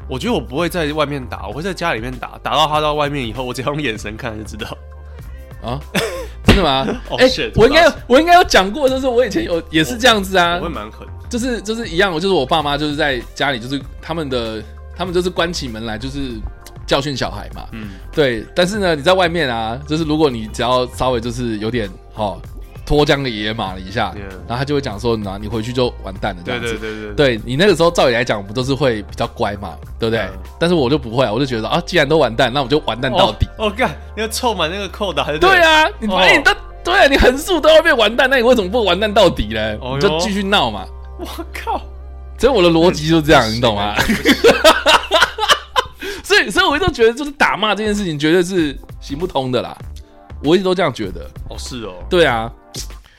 我觉得我不会在外面打，我会在家里面打，打到他到外面以后，我只要用眼神看就知道。 啊，真的吗？哦哎是我应该我知道我应该有讲过，就是我以前有也是这样子啊 我，会蛮狠，就是就是一样，我就是我爸妈就是在家里，就是他们的他们就是关起门来就是教训小孩嘛，嗯，对。但是呢，你在外面啊，就是如果你只要稍微就是有点哦脱缰的野马了一下 Yeah 然后他就会讲说，那你回去就完蛋了这对样子。对对对，对你那个时候，照理来讲，我们都是会比较乖嘛，对不对嗯但是我就不会啊，我就觉得啊，既然都完蛋，那我就完蛋到底。哦，哦干，你要凑满那个扣打，对啊，啊，你哦哎、你都对啊，你横竖都要被完蛋，那你为什么不完蛋到底呢？哦哟你就继续闹嘛。我靠，所以我的逻辑就这样，你懂吗？ 所以，所以我一直都觉得，就是打骂这件事情绝对是行不通的啦。我一直都这样觉得。哦是哦，对啊，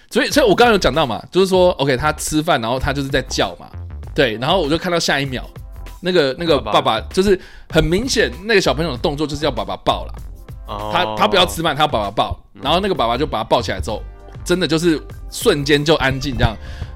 所以，所以我刚刚有讲到嘛，就是说，OK，他吃饭，然后他就是在叫嘛，对，然后我就看到下一秒，那个那个爸爸爸爸就是很明显，那个小朋友的动作就是要爸爸抱啦。哦嗯他他不要吃，饭，他要爸爸抱，然后那个爸爸就把他抱起来之后，真的就是瞬间就安静这样，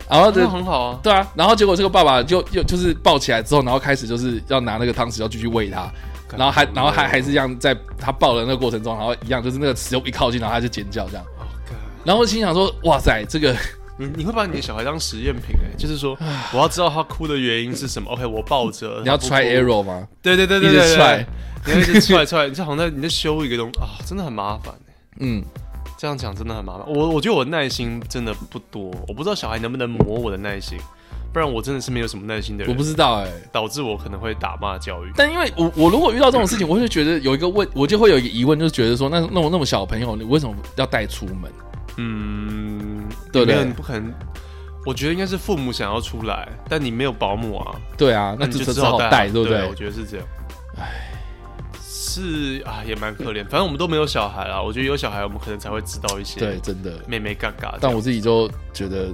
然后那这很好啊，对啊，然后结果这个爸爸就又就是抱起来之后，然后开始就是要拿那个汤匙要继续喂他，然后还然后还还是一样在他抱的那个过程中，然后一样就是那个匙又一靠近，然后他就尖叫这样，哦干然后我心想说，哇塞，这个你你会把你的小孩当实验品哎、就是说我要知道他哭的原因是什么。OK，我抱着 你要他不 try 哭 error 吗？对对对一对直对对， try 对你要一直踹踹，你就好像在你在修一个东啊，真的很麻烦、欸。嗯，这样讲真的很麻烦。我我觉得我耐心真的不多，我不知道小孩能不能磨我的耐心，不然我真的是没有什么耐心的人，我不知道哎、导致我可能会打骂教育。但因为我我如果遇到这种事情，我就觉得有一个问，我就会有一个疑问，就是觉得说，那那我那么小的朋友，你为什么要带出门？嗯，对不对没有你不可能。我觉得应该是父母想要出来，但你没有保姆啊，对啊，那你就就只只好好带，对对不对？我觉得是这样。唉，是啊，也蛮可怜。反正我们都没有小孩啦，我觉得有小孩，我们可能才会知道一些对，真的。妹妹嘎嘎。但我自己就觉得，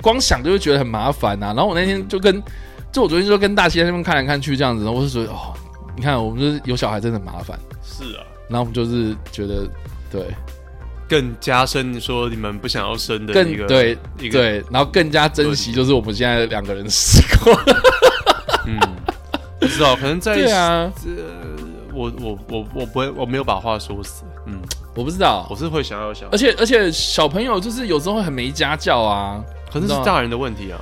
光想就会觉得很麻烦啊呐、然后我那天就跟，就我昨天就跟大西在那边看来看去这样子，然后我就觉得，哦，你看我们就是有小孩真的很麻烦。是啊，然后我们就是觉得，对，更加深你说你们不想要生的一更个对一个对，然后更加珍惜就是我们现在两个人的时光。嗯，不知道，可能在对啊，我我我我不会，我没有把话说死。嗯， 我不知道我，是会想要有小孩而，且而且小朋友就是有时候会很没家教啊，可是你知是道吗大人的问题啊。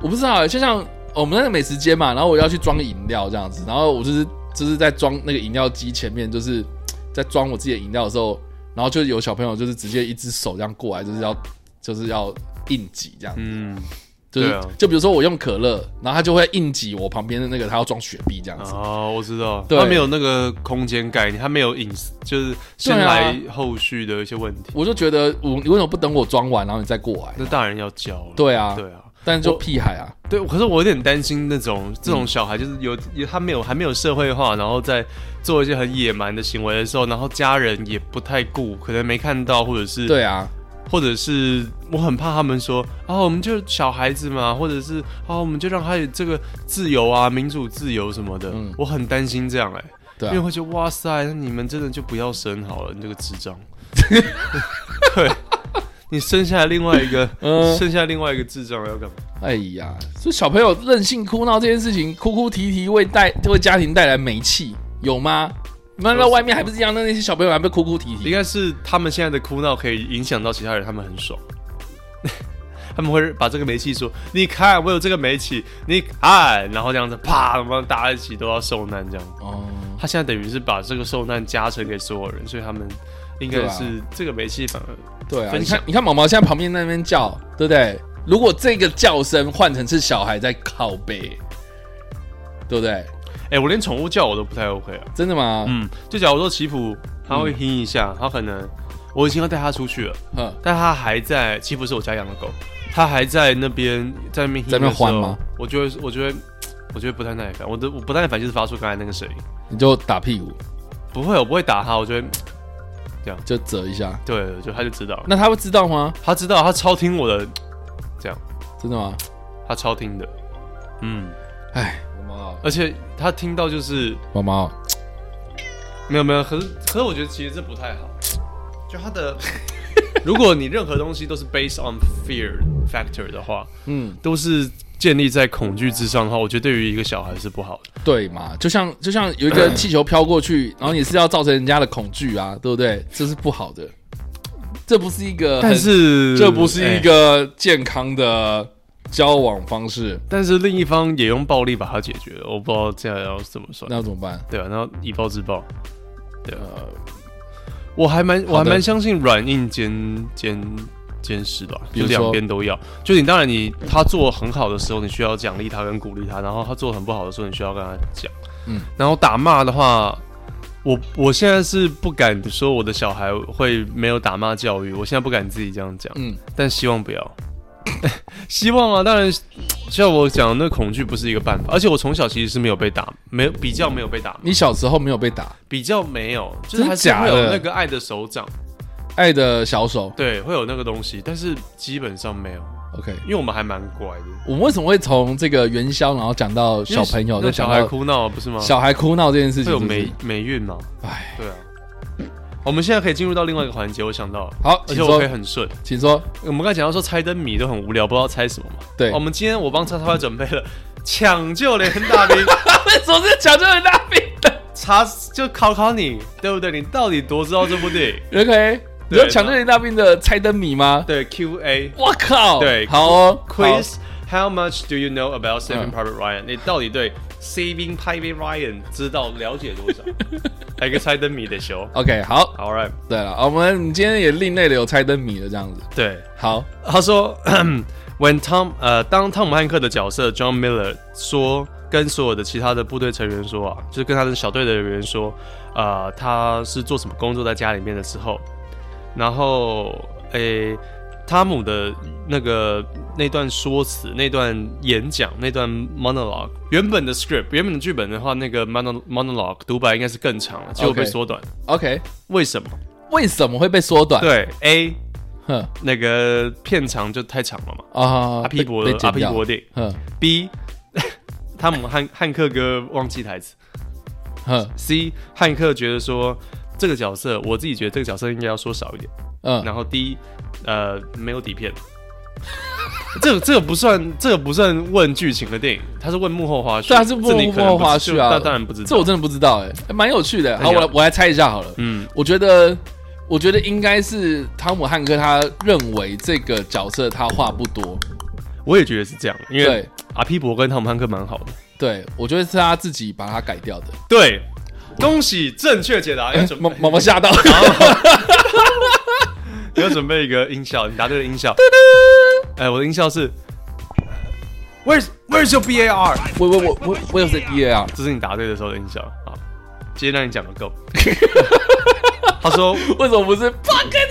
我不知道欸，就像我们那个美食街嘛，然后我要去装饮料这样子，然后我就是就是在装那个饮料机前面，就是在装我自己的饮料的时候，然后就有小朋友就是直接一只手这样过来，就是要就是要硬挤这样，嗯，就是、对啊就比如说我用可乐，然后他就会硬挤我旁边的那个他要装雪碧这样子，哦，我知道，对他没有那个空间概念，他没有隐私，就是先对啊来后续的一些问题。我就觉得我你为什么不等我装完然后你再过来？那大人要教了。对啊，对啊，但是就我屁孩啊，对，可是我有点担心那种这种小孩，就是有也他没有还没有社会化，然后在做一些很野蛮的行为的时候，然后家人也不太顾，可能没看到，或者是对啊，或者是我很怕他们说啊，我们就小孩子嘛，或者是啊，我们就让他有这个自由啊、民主自由什么的，嗯我很担心这样哎、对因为啊，会觉得哇塞，那你们真的就不要生好了，你这个智障。 对，你生下来另外一个，嗯生下来另外一个智障要干嘛？哎呀，所以小朋友任性哭闹这件事情，哭哭啼啼为带为家庭带来煤气，有吗？那那外面还不是一样？那那些小朋友还被哭哭啼应啼，该是他们现在的哭闹可以影响到其他人，他们很爽。 他们会把这个煤气说：“你看，我有这个煤气，你看。”然后这样子啪，然后大家一起都要受难这样。哦，他现在等于是把这个受难加成给所有人，所以他们应该是啊这个煤气反而对啊，分你享看你看毛毛现在旁边那边叫，对不对？如果这个叫声换成是小孩在靠背，对不对？哎、我连宠物叫我都不太 OK 啊。真的吗？嗯，就假如说祈福，他会听一下，他可能我已经要带他出去了，嗯，但他还在，祈福是我家养的狗，他还在那边在那边在那边欢欢吗？我就会，我就会，我就会不太耐烦，我的我不太耐烦就是发出刚才那个声音，你就打屁股，不会，我不会打他，我就会，就折一下。对，我就他就知道，那他会知道吗？他知道，他超听我的，真的吗？他超听的，嗯，哎，毛毛，而且他听到就是毛毛，没有没有，可是可是我觉得其实这 不太好，就他的，如果你任何东西都是 based on fear factor 的话，嗯，都是建立在恐惧之上的话，我觉得对于一个小孩是不好的。对嘛？就像就像有一个气球飘过去，然后你是要造成人家的恐惧啊，对不对？这是不好的，这不是一个很，但是这不是一哎个健康的交往方式，但是另一方也用暴力把它解决了，我不知道这样要怎么算那。要怎么办？对啊，然后以暴制暴。对啊，我还蛮我好还的蛮相信软硬兼兼兼施吧，比就如说两边都要。就你当然你他做很好的时候，你需要奖励他跟鼓励他；然后他做很不好的时候，你需要跟他讲。嗯嗯，然后打骂的话，我我现在是不敢说我的小孩会没有打骂教育，我现在不敢自己这样讲。嗯，但希望不要。 希望啊，当然，像我讲，那恐惧不是一个办法。而且我从小其实是没有被打，没有比较没有被打，你小时候没有被打，比较没有，就真是的还是假会的有那个爱的手掌，爱的小手对，会有那个东西，但是基本上没有， ，OK。因为我们还蛮乖的。我们为什么会从这个元宵，然后讲到小朋友，因为再小讲孩到哭闹不是吗？小孩哭闹这件事会情有是不霉是？霉运嘛？哎，对啊。我们现在可以进入到另外一个环节，我想到了，好，而请且我可以说，很顺。请 说。我们刚才讲到说猜灯谜都很无聊，不知道猜什么嘛。对我们今天我帮叉叉准备了抢救连大兵，为什么是抢救人大兵 的查就考考你，对不对？你到底多知道这部电影？ ？OK，你对说抢救人大兵的猜灯谜吗？对，Q A 我靠，对好哦 quiz。How much do you know 嗯 about Saving Private Ryan？、你到底对 Saving Private Ryan 知道了解多少？来个猜灯谜的球。好 OK，好， All right，对了，我们今天也另类的有猜灯谜的这样子。对，好，他说 ，When Tom 呃，当汤姆汉克的角色 John Miller 说跟所有的其他的部队成员说啊，就是跟他的小队的人员说，呃，他是做什么工作在家里面的时候，然后诶、汤姆的那个那段说辞、那段演讲、那段 monologue，原本的 script 原本的剧本的话，那个 mono monologue 独白应该是更长了，结果被 OK 缩短 OK，为什么？为什么会被缩短？，对 A 哼那个片长就太长了嘛。啊，阿皮伯被的被剪阿皮掉伯。的哼 B，汤姆汉汉克哥忘记台词。哼 C，汉克觉得说这个角色，我自己觉得这个角色应该要说少一点。嗯，然后 D，呃，没有底片。这个这个不算，这个不算问剧情的电影，他是问幕后花絮。对啊，是幕你幕可能后不知花絮啊，那当然不知这我道。真的不知道哎，哎蛮有趣的。好，哎呀我来我来猜一下好了。嗯，我觉得，我觉得应该是汤姆汉克他认为这个角色他话不多，我也觉得是这样，因为啊对阿皮伯跟汤姆汉克蛮好的。对我觉得是他自己把它改掉的。欸对，恭喜正确解哎答，要准备哦毛毛毛吓到， 你要准备一个音效，你答对了音效。哎、我的音效是 Where's Where's your B A R？ 我我我我我有在 D A 啊，这是你答对的时候的音效。好，今天让你讲个 够。他说，为什么不是 fucking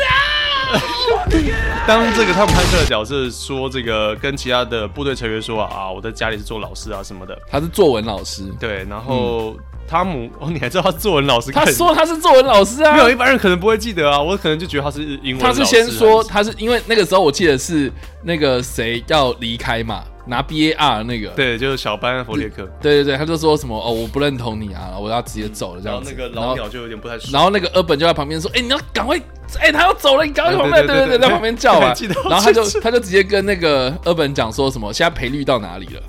当这个汤姆汉克的角色说这个跟其他的部队成员说啊，我在家里是做老师啊什么的。他是作文老师，对，然后、汤姆，哦，你还知道他作文老师？嗯他说他是作文老师啊没，有一般人可能不会记得啊，我可能就觉得他是英文他老师啊是还什么。先说他是因为那个时候我记得是那个谁要离开嘛，拿 B A R 那个，对，就是小班弗列克，对对对，他就说什么哦我不认同你啊，我要直接走了这然样后子，那个然后老鸟就有点不太熟。然后那个 urban 就在旁边说：“哎、你要赶快，哎、他要走了，你赶快往那，对对对对对对，对在旁边叫 啊记得。”然后他就记得他就直接跟那个 urban 讲说什么：“现在赔率到哪里了？”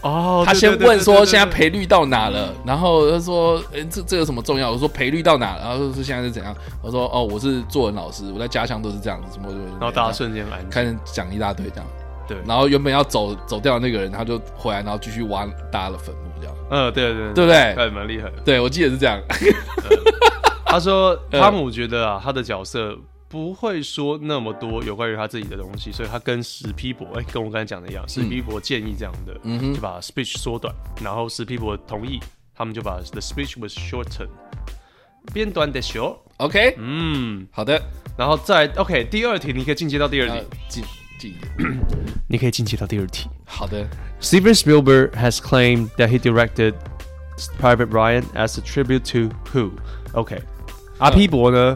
哦，他对先对对问对说：“对现在对赔率到哪了？”然后他说：“哎、这这有什么重要？”我说：“赔率到哪了？”然后说：“现在是怎样？”我说：“哦，我是作文老师，我在家乡都是这样，什么什么。”然后大家瞬间安静。开始讲一大堆这样。对，然后原本要走走掉的那个人，他就回来，然后继续挖大家的坟墓，这样嗯，对对对不对？对，蛮厉害的。对，我记得是这样。他 说嗯汤姆觉得啊，他的角色不会说那么多有关于他自己的东西，所以他跟史皮博，哎，跟我刚才讲的一样，史皮博建议这样的，嗯哼就把 speech 缩短，然后史皮博同意，他们就把 the speech was shortened，变短的球， OK，嗯，好的，然后再 OK，第二题你可以进阶到第二然后题，记记一点。呃你可以进阶到第二题。好的。 Steven Spielberg has claimed that he directed Private Ryan as a tribute to who? OK，阿嗯皮伯呢，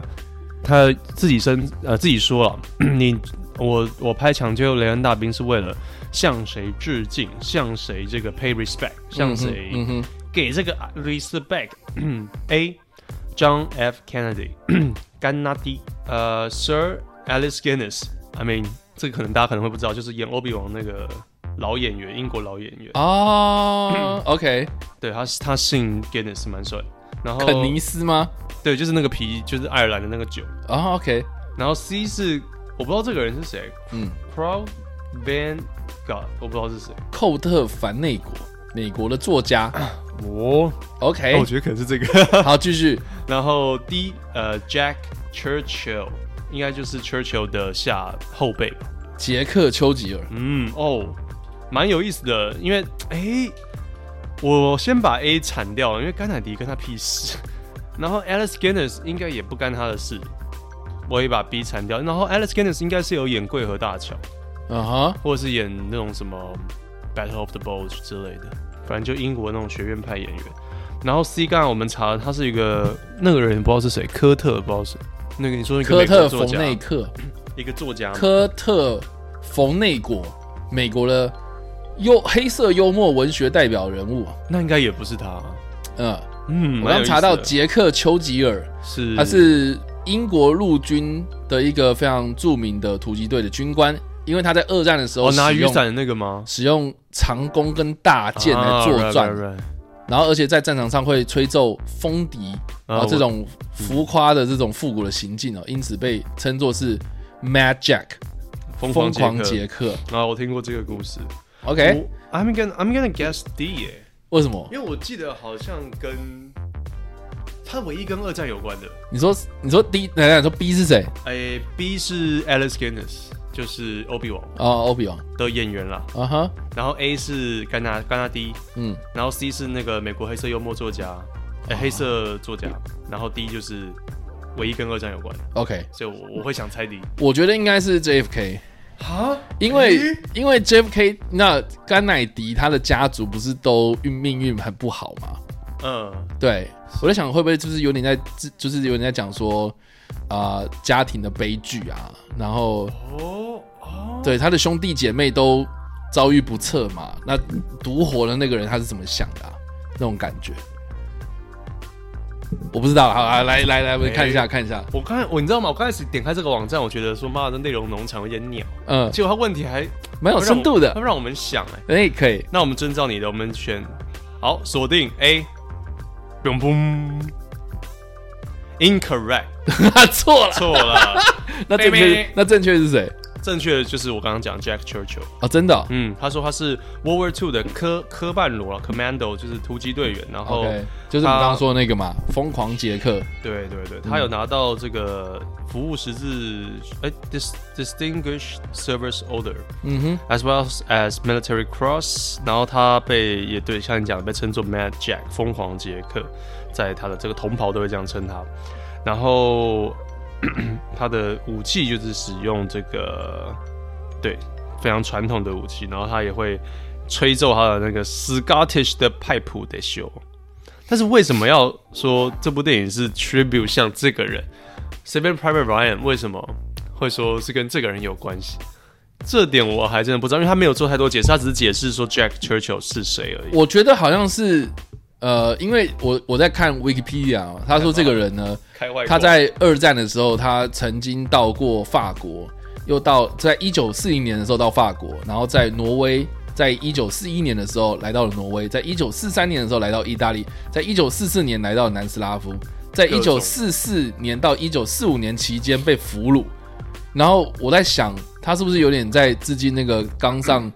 他自己声呃自己说了， 你我我拍《抢救雷恩大兵》是为了向谁致敬，向谁这个 pay respect，向谁嗯哼，给这个 respect ？A. John F. Kennedy，甘纳迪，呃，Sir Alice Guinness，I mean 这个可能大家可能会不知道，就是演欧比王那个老演员，英国老演员，哦，OK， 对，他他姓 Guinness，蛮帅。然后肯尼斯吗？对，就是那个啤，就是爱尔兰的那个酒。哦，OK，然后 C 是我不知道这个人是谁嗯， ，Proud Van God，我不知道是谁。寇特·凡内果，美国的作 家。哦， OK，我觉得可能是这个。哎 好，继续。然后 D 呃 Jack Churchill，应该就是 Churchill 的下后辈吧。杰克·丘吉尔，嗯哦，蛮有意思的，因为哎、我先把 A 铲掉了，因为甘乃迪跟他屁事， 然后 Alice Guinness 应该也不干他的事，我也把 B 铲掉，然后 Alice Guinness 应该是有演《桂河大桥》，嗯哼，或者是演那种什么 Battle of the Bulge 之类的，反正就英国那种学院派演员。然后 C 刚才我们查了，他是一个那个人不知道是谁，科特不知道是那个你说一个科美国特·作冯家内克，一个作家吗科特·冯内果，美国的幽黑色幽默文学代表人物。那应该也不是他，啊嗯，嗯，我蛮有刚意查思到的杰克·丘吉尔，是他是英国陆军的一个非常著名的突击队的军官，因为他在二战的时候哦，拿使雨用伞的那个吗？使用长弓跟大剑来作战，啊，right, right, right 然后而且在战场上会吹奏风笛，然啊啊后这嗯种浮夸的这种复古的行径哦，因此被称作是 Mad Jack 疯疯狂狂杰杰克克。啊，我听过这个故事。 OK，我，I'm gonna I'm gonna guess D 耶、为什么？因为我记得好像跟他唯一跟二战有关的，你说你说 D，奶奶说 B 是谁？哎、b 是 Alice Guinness，就是欧比王哦，欧比王。的演员啦。啊哈，然后 A 是甘纳甘纳迪，嗯，然后 C 是那个美国黑色幽默作家，啊哎、黑色作家，然后 D 就是唯一跟二战有关的， OK，所以我我会想猜 D 我觉得应该是 JFK。啊，因为、诶因为 JFK 那甘乃迪他的家族不是都运命运很不好吗？嗯，对，我在想会不会就是有点在自就是有点在讲说啊、呃家庭的悲剧啊，然后哦哦，对他的兄弟姐妹都遭遇不测嘛，那独活的那个人他是怎么想的、啊？那种感觉，我不知道。好啊，来来来，我们看一下诶看一下，我看我你知道吗？我刚开始点开这个网站，我觉得说妈的内容农场有点鸟，嗯，结果它问题还蛮有它让深我度的它，让我们想哎、哎、可以。那我们遵照你的，我们选好锁定 A，嘣嘣，incorrect 错了，错了，那正妹确妹那正确是谁？正确的就是我刚刚讲 Jack Churchill，哦，真的哦、嗯，他说他是 World War Two 的科科曼罗 Commando，就是突击队员，然后 OK，就是我们刚刚说的那个嘛，疯狂杰克。对对对，他有拿到这个服务实质哎、dis distinguished service order。嗯哼， as well as Military Cross，然后他被也对像你讲的被称作 Mad Jack 疯狂杰克，在他的这个同袍都会这样称他。然后咳咳他的武器就是使用这个对非常传统的武器，然后他也会吹奏他的那个 Scottish 的派谱的秀。但是为什么要说这部电影是 tribute 向这个人？Saving Private Ryan 为什么会说是跟这个人有关系？这点我还真的不知道，因为他没有做太多解释，他只是解释说 Jack Churchill 是谁而已。我觉得好像是，呃，因为我我在看 Wikipedia，啊他说这个人呢，开外他在二战的时候，他曾经到过法国，又到在一九四零年的时候到法国，然后在挪威。在一九四一年的时候来到了挪威，在一九四三年的时候来到意大利，在一九四四年来到南斯拉夫，在一各种九四四年到一九四五年期间被俘虏，然后我在想，他是不是有点在致敬那个刚上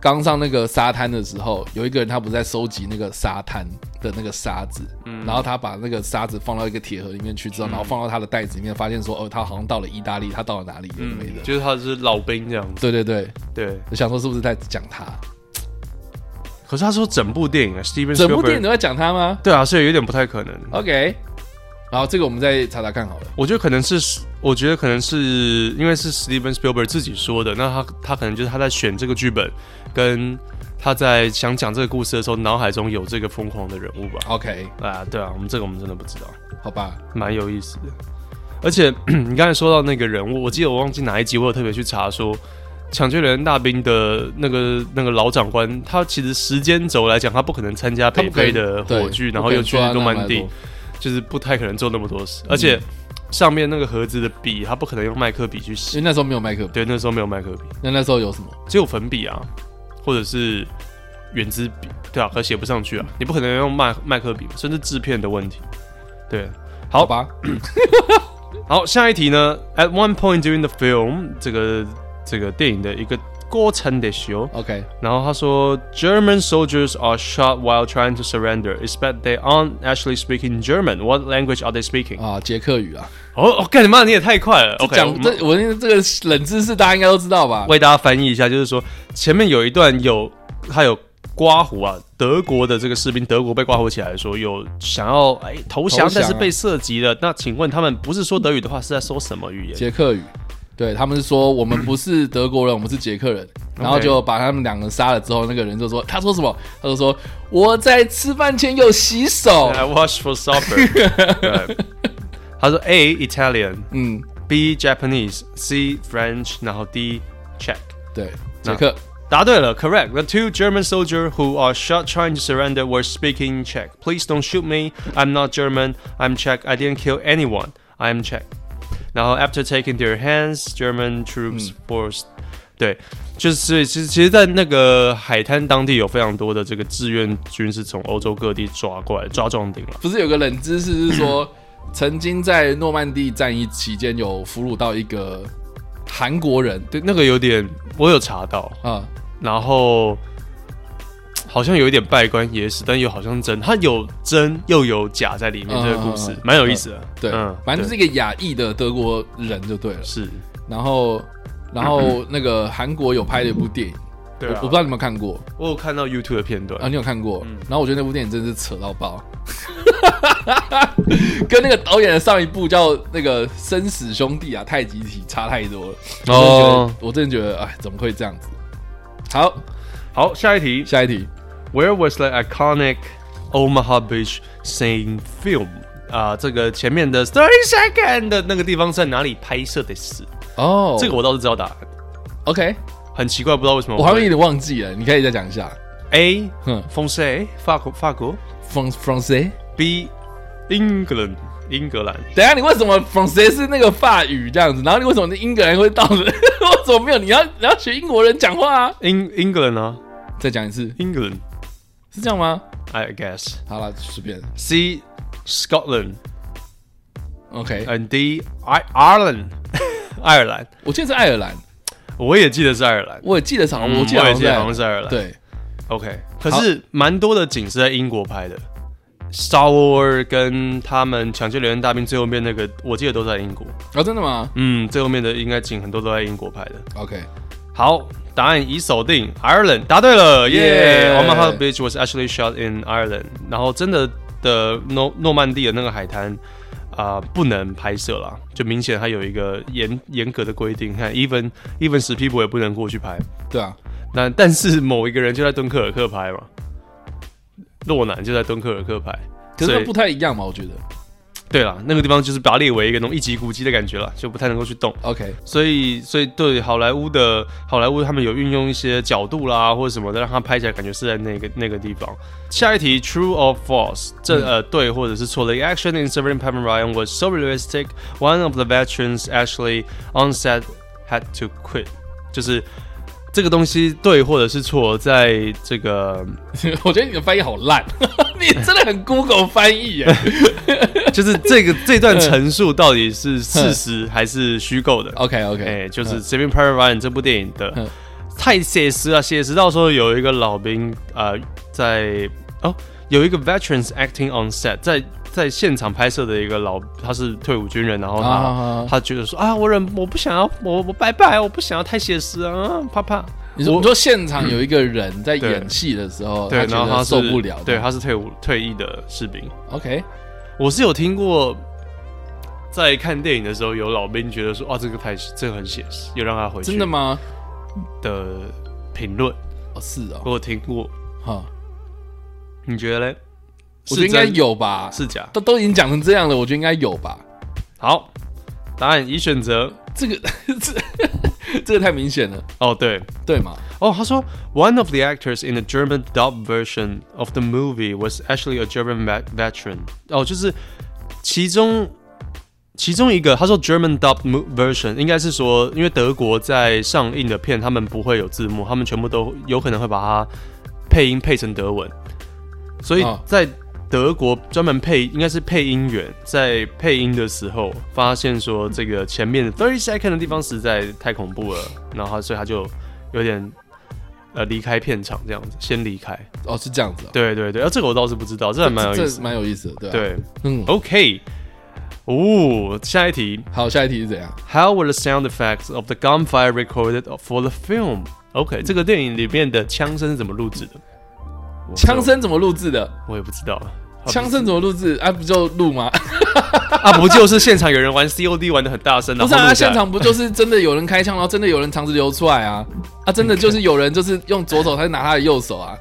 刚上那个沙滩的时候，有一个人他不是在收集那个沙滩的那个沙子，嗯然后他把那个沙子放到一个铁盒里面去之后，然后放到他的袋子里面，发现说，哦，他好像到了意大利，他到了哪里有的没的。就是他是老兵这样子。对对对，对，我想说是不是在讲他？可是他说整部电影啊，Steven 整部电影 Spielberg- 都在讲他吗对啊，所以有点不太可能。 ？OK，然后这个我们再查查看好了。我觉得可能是，我觉得可能是因为是 Steven Spielberg 自己说的，那他他可能就是他在选这个剧本，跟他在想讲这个故事的时候，脑海中有这个疯狂的人物吧。 OK，啊，对啊，我们这个我们真的不知道。好吧，蛮有意思的。而且你刚才说到那个人物，我记得我忘记哪一集，我有特别去查说，抢救人大兵的那个那个老长官，他其实时间轴来讲，他不可能参加他北们可非以啊的火炬，然后又去诺曼底，，就是不太可能做那么多事，而且上面那个盒子的笔，它不可能用麦克笔去因写为。那时候没有麦克笔，对，那时候没有麦克笔，那那时候有什么？只有粉笔啊，或者是圆珠笔，对啊，可写不上去啊，你不可能用麦麦克笔嘛，甚至制片的问题。对，好吧，好，下一题呢？At one point during the film，这个这个电影的一个过程的时候， OK，然后他说，German soldiers are shot while trying to surrender, except they aren't actually speaking German. What language are they speaking？啊，捷克语啊，哦，我干你妈！你也太快了。OK，我讲们这我这个冷知识大家应该都知道吧？为大家翻译一下，就是说前面有一段有他有刮胡啊，德国的这个士兵，德国被刮胡起来说有想要哎投投降降，啊但是被射击了。那请问他们不是说德语的话，是在说什么语言？捷克语，对他们是说我们不是德国人，我们是捷克人，然后就把他们两个杀了之后，那个人就说他说什么？他就说我在吃饭前有洗手 And，I watch for supper 对。他说 A Italian，嗯， B Japanese，C French，然后 D Czech。对，捷克答对了，correct. The two German soldiers who are shot trying to surrender were speaking Czech. Please don't shoot me. I'm not German. I'm Czech. I didn't kill anyone. I'm Czech. 然后 after taking their hands, German troops forced、对，就是其实其实，在那个海滩当地有非常多的这个志愿军是从欧洲各地抓过来抓壮丁了。不是有个冷知识是 说，曾经在诺曼底战役期间有俘虏到一个韩国人对，那个有点我有查到，啊、然后好像有一点拜官野史，但又好像真，它有真又有假在里面。嗯这个故事嗯嗯蛮有意思的，对，反正就是对一个亚裔的德国人就对了。是，然后，然 后那个韩国有拍了一部电影，对我啊我不知道你有没有看过我有看到 YouTube 的片啊？段，你有看嗯过？然后我觉得那部电影真是扯到爆，跟那个导演的上一部叫那个《生死兄弟》啊，《太极体》差太多了。哦我真的觉得，我真的觉得，哎，怎么会这样子？好，好，下一题下一题， ，Where was the iconic Omaha Beach scene filmed？啊，这个前面的 thirty second 的那个地方在哪里拍摄的是？哦，这个我倒是知道答案， OK，很奇怪，不知道为什么我好像会有点忘记了，你可以再讲一下。 A 哼风塞法国法国，from from 谁？ ，B England 英格兰，等一下，你为什么 from 谁是那个法语这样子？然后你为什么英格兰会到的？ 为什么没有？你要你要学英国人讲话啊？英英格兰啊，再讲一次，英格兰是这样吗？ ，I guess 好了，随便。 C Scotland OK，、 and D I Ireland 爱尔兰，我记得是爱尔兰，我也记得是爱尔兰。我也记得场，嗯我记得我好像也记是得爱好尔兰。像是爱尔兰。对， ，OK，可是蛮多的景是在英国拍的。Star War 跟他们抢救连恩大兵最后面那个，我记得都在英国。哦，真的吗嗯，最后面的应该景很多都在英国拍的。 ？OK，好，答案已锁定，Ireland，答对了，耶、 Yeah Omaha Beach was actually shot in Ireland，然后真的的诺诺曼底的那个海滩啊、不能拍摄啦，就明显它有一个严严格的规定，看 even even 十 people 也不能过去拍，对啊，那但是某一个人就在敦刻尔克拍嘛，洛南就在敦刻尔克拍，可是所以那不太一样嘛，我觉得。对啦，那个地方就是把它列为一个那种一级古迹的感觉了，就不太能够去动。 OK， 所以，所以对好莱坞的好莱坞，他们有运用一些角度啦，或者什么的，让它拍起来感觉是在那个那个地方。下一题，True or false？这、呃对或者是错的。The action in serving p a p a Ryan was so realistic, one of the veterans actually on set had to quit。就是这个东西对或者是错，在这个我觉得你的翻译好烂， 你真的很 Google 翻译耶。 就是这个这段陈述到底是事实还是虚构的？ OK OK，哎、嗯就是《Saving Private Ryan》这部电影的，太写实了，写实到说有一个老兵呃在哦，有一个 veterans acting on set，在在现场拍摄的一个老，他是退伍军人，然后他、啊他觉得说啊，我忍，我不想要，我我拜拜，我不想要太写实啊，怕怕。你说我你说现场有一个人在对演戏的时候，他对，然觉后他得是受不了，对，他是退伍退役的士兵。 OK，我是有听过，在看电影的时候，有老兵觉得说啊，这个太这个很写实，又让他回去真的吗？的评论，哦，是哦，我有听过。哈，你觉得嘞？我觉得应该有吧，是假。都都已经讲成这样了，我觉得应该有吧。好，答案已选择。这个 这这个太明显了，哦，对，对嘛？哦，他说，One of the actors in the German dub version of the movie was actually a German vet- veteran。哦，就是其中其中一个他说 German dub version 应该是说，因为德国在上映的片，他们不会有字幕，他们全部都有可能会把它配音配成德文，所以哦在德国专门配应该是配音员在配音的时候发现说，这个前面的 thirty second 的地方实在太恐怖了，然后他所以他就有点呃离开片场这样子，先离开。哦，是这样子、哦，对对对，啊，这个我倒是不知道，这还蛮有意这思这蛮有意思的，对、啊、的。，对嗯， ，OK，哦，下一题好，下一题是怎样？ ，How were the sound effects of the gunfire recorded for the film？OK，这嗯个电影里面的枪声是怎么录制的？我枪声怎么录制的？我也不知道，枪声怎么录制？啊，不就录吗？啊，不就是现场有人玩 COD 玩的很大声，不然是后啊，录下现来场不就是真的有人开枪，然后真的有人肠子流出来啊？啊，真的就是有人就是用左手，他就拿他的右手 啊，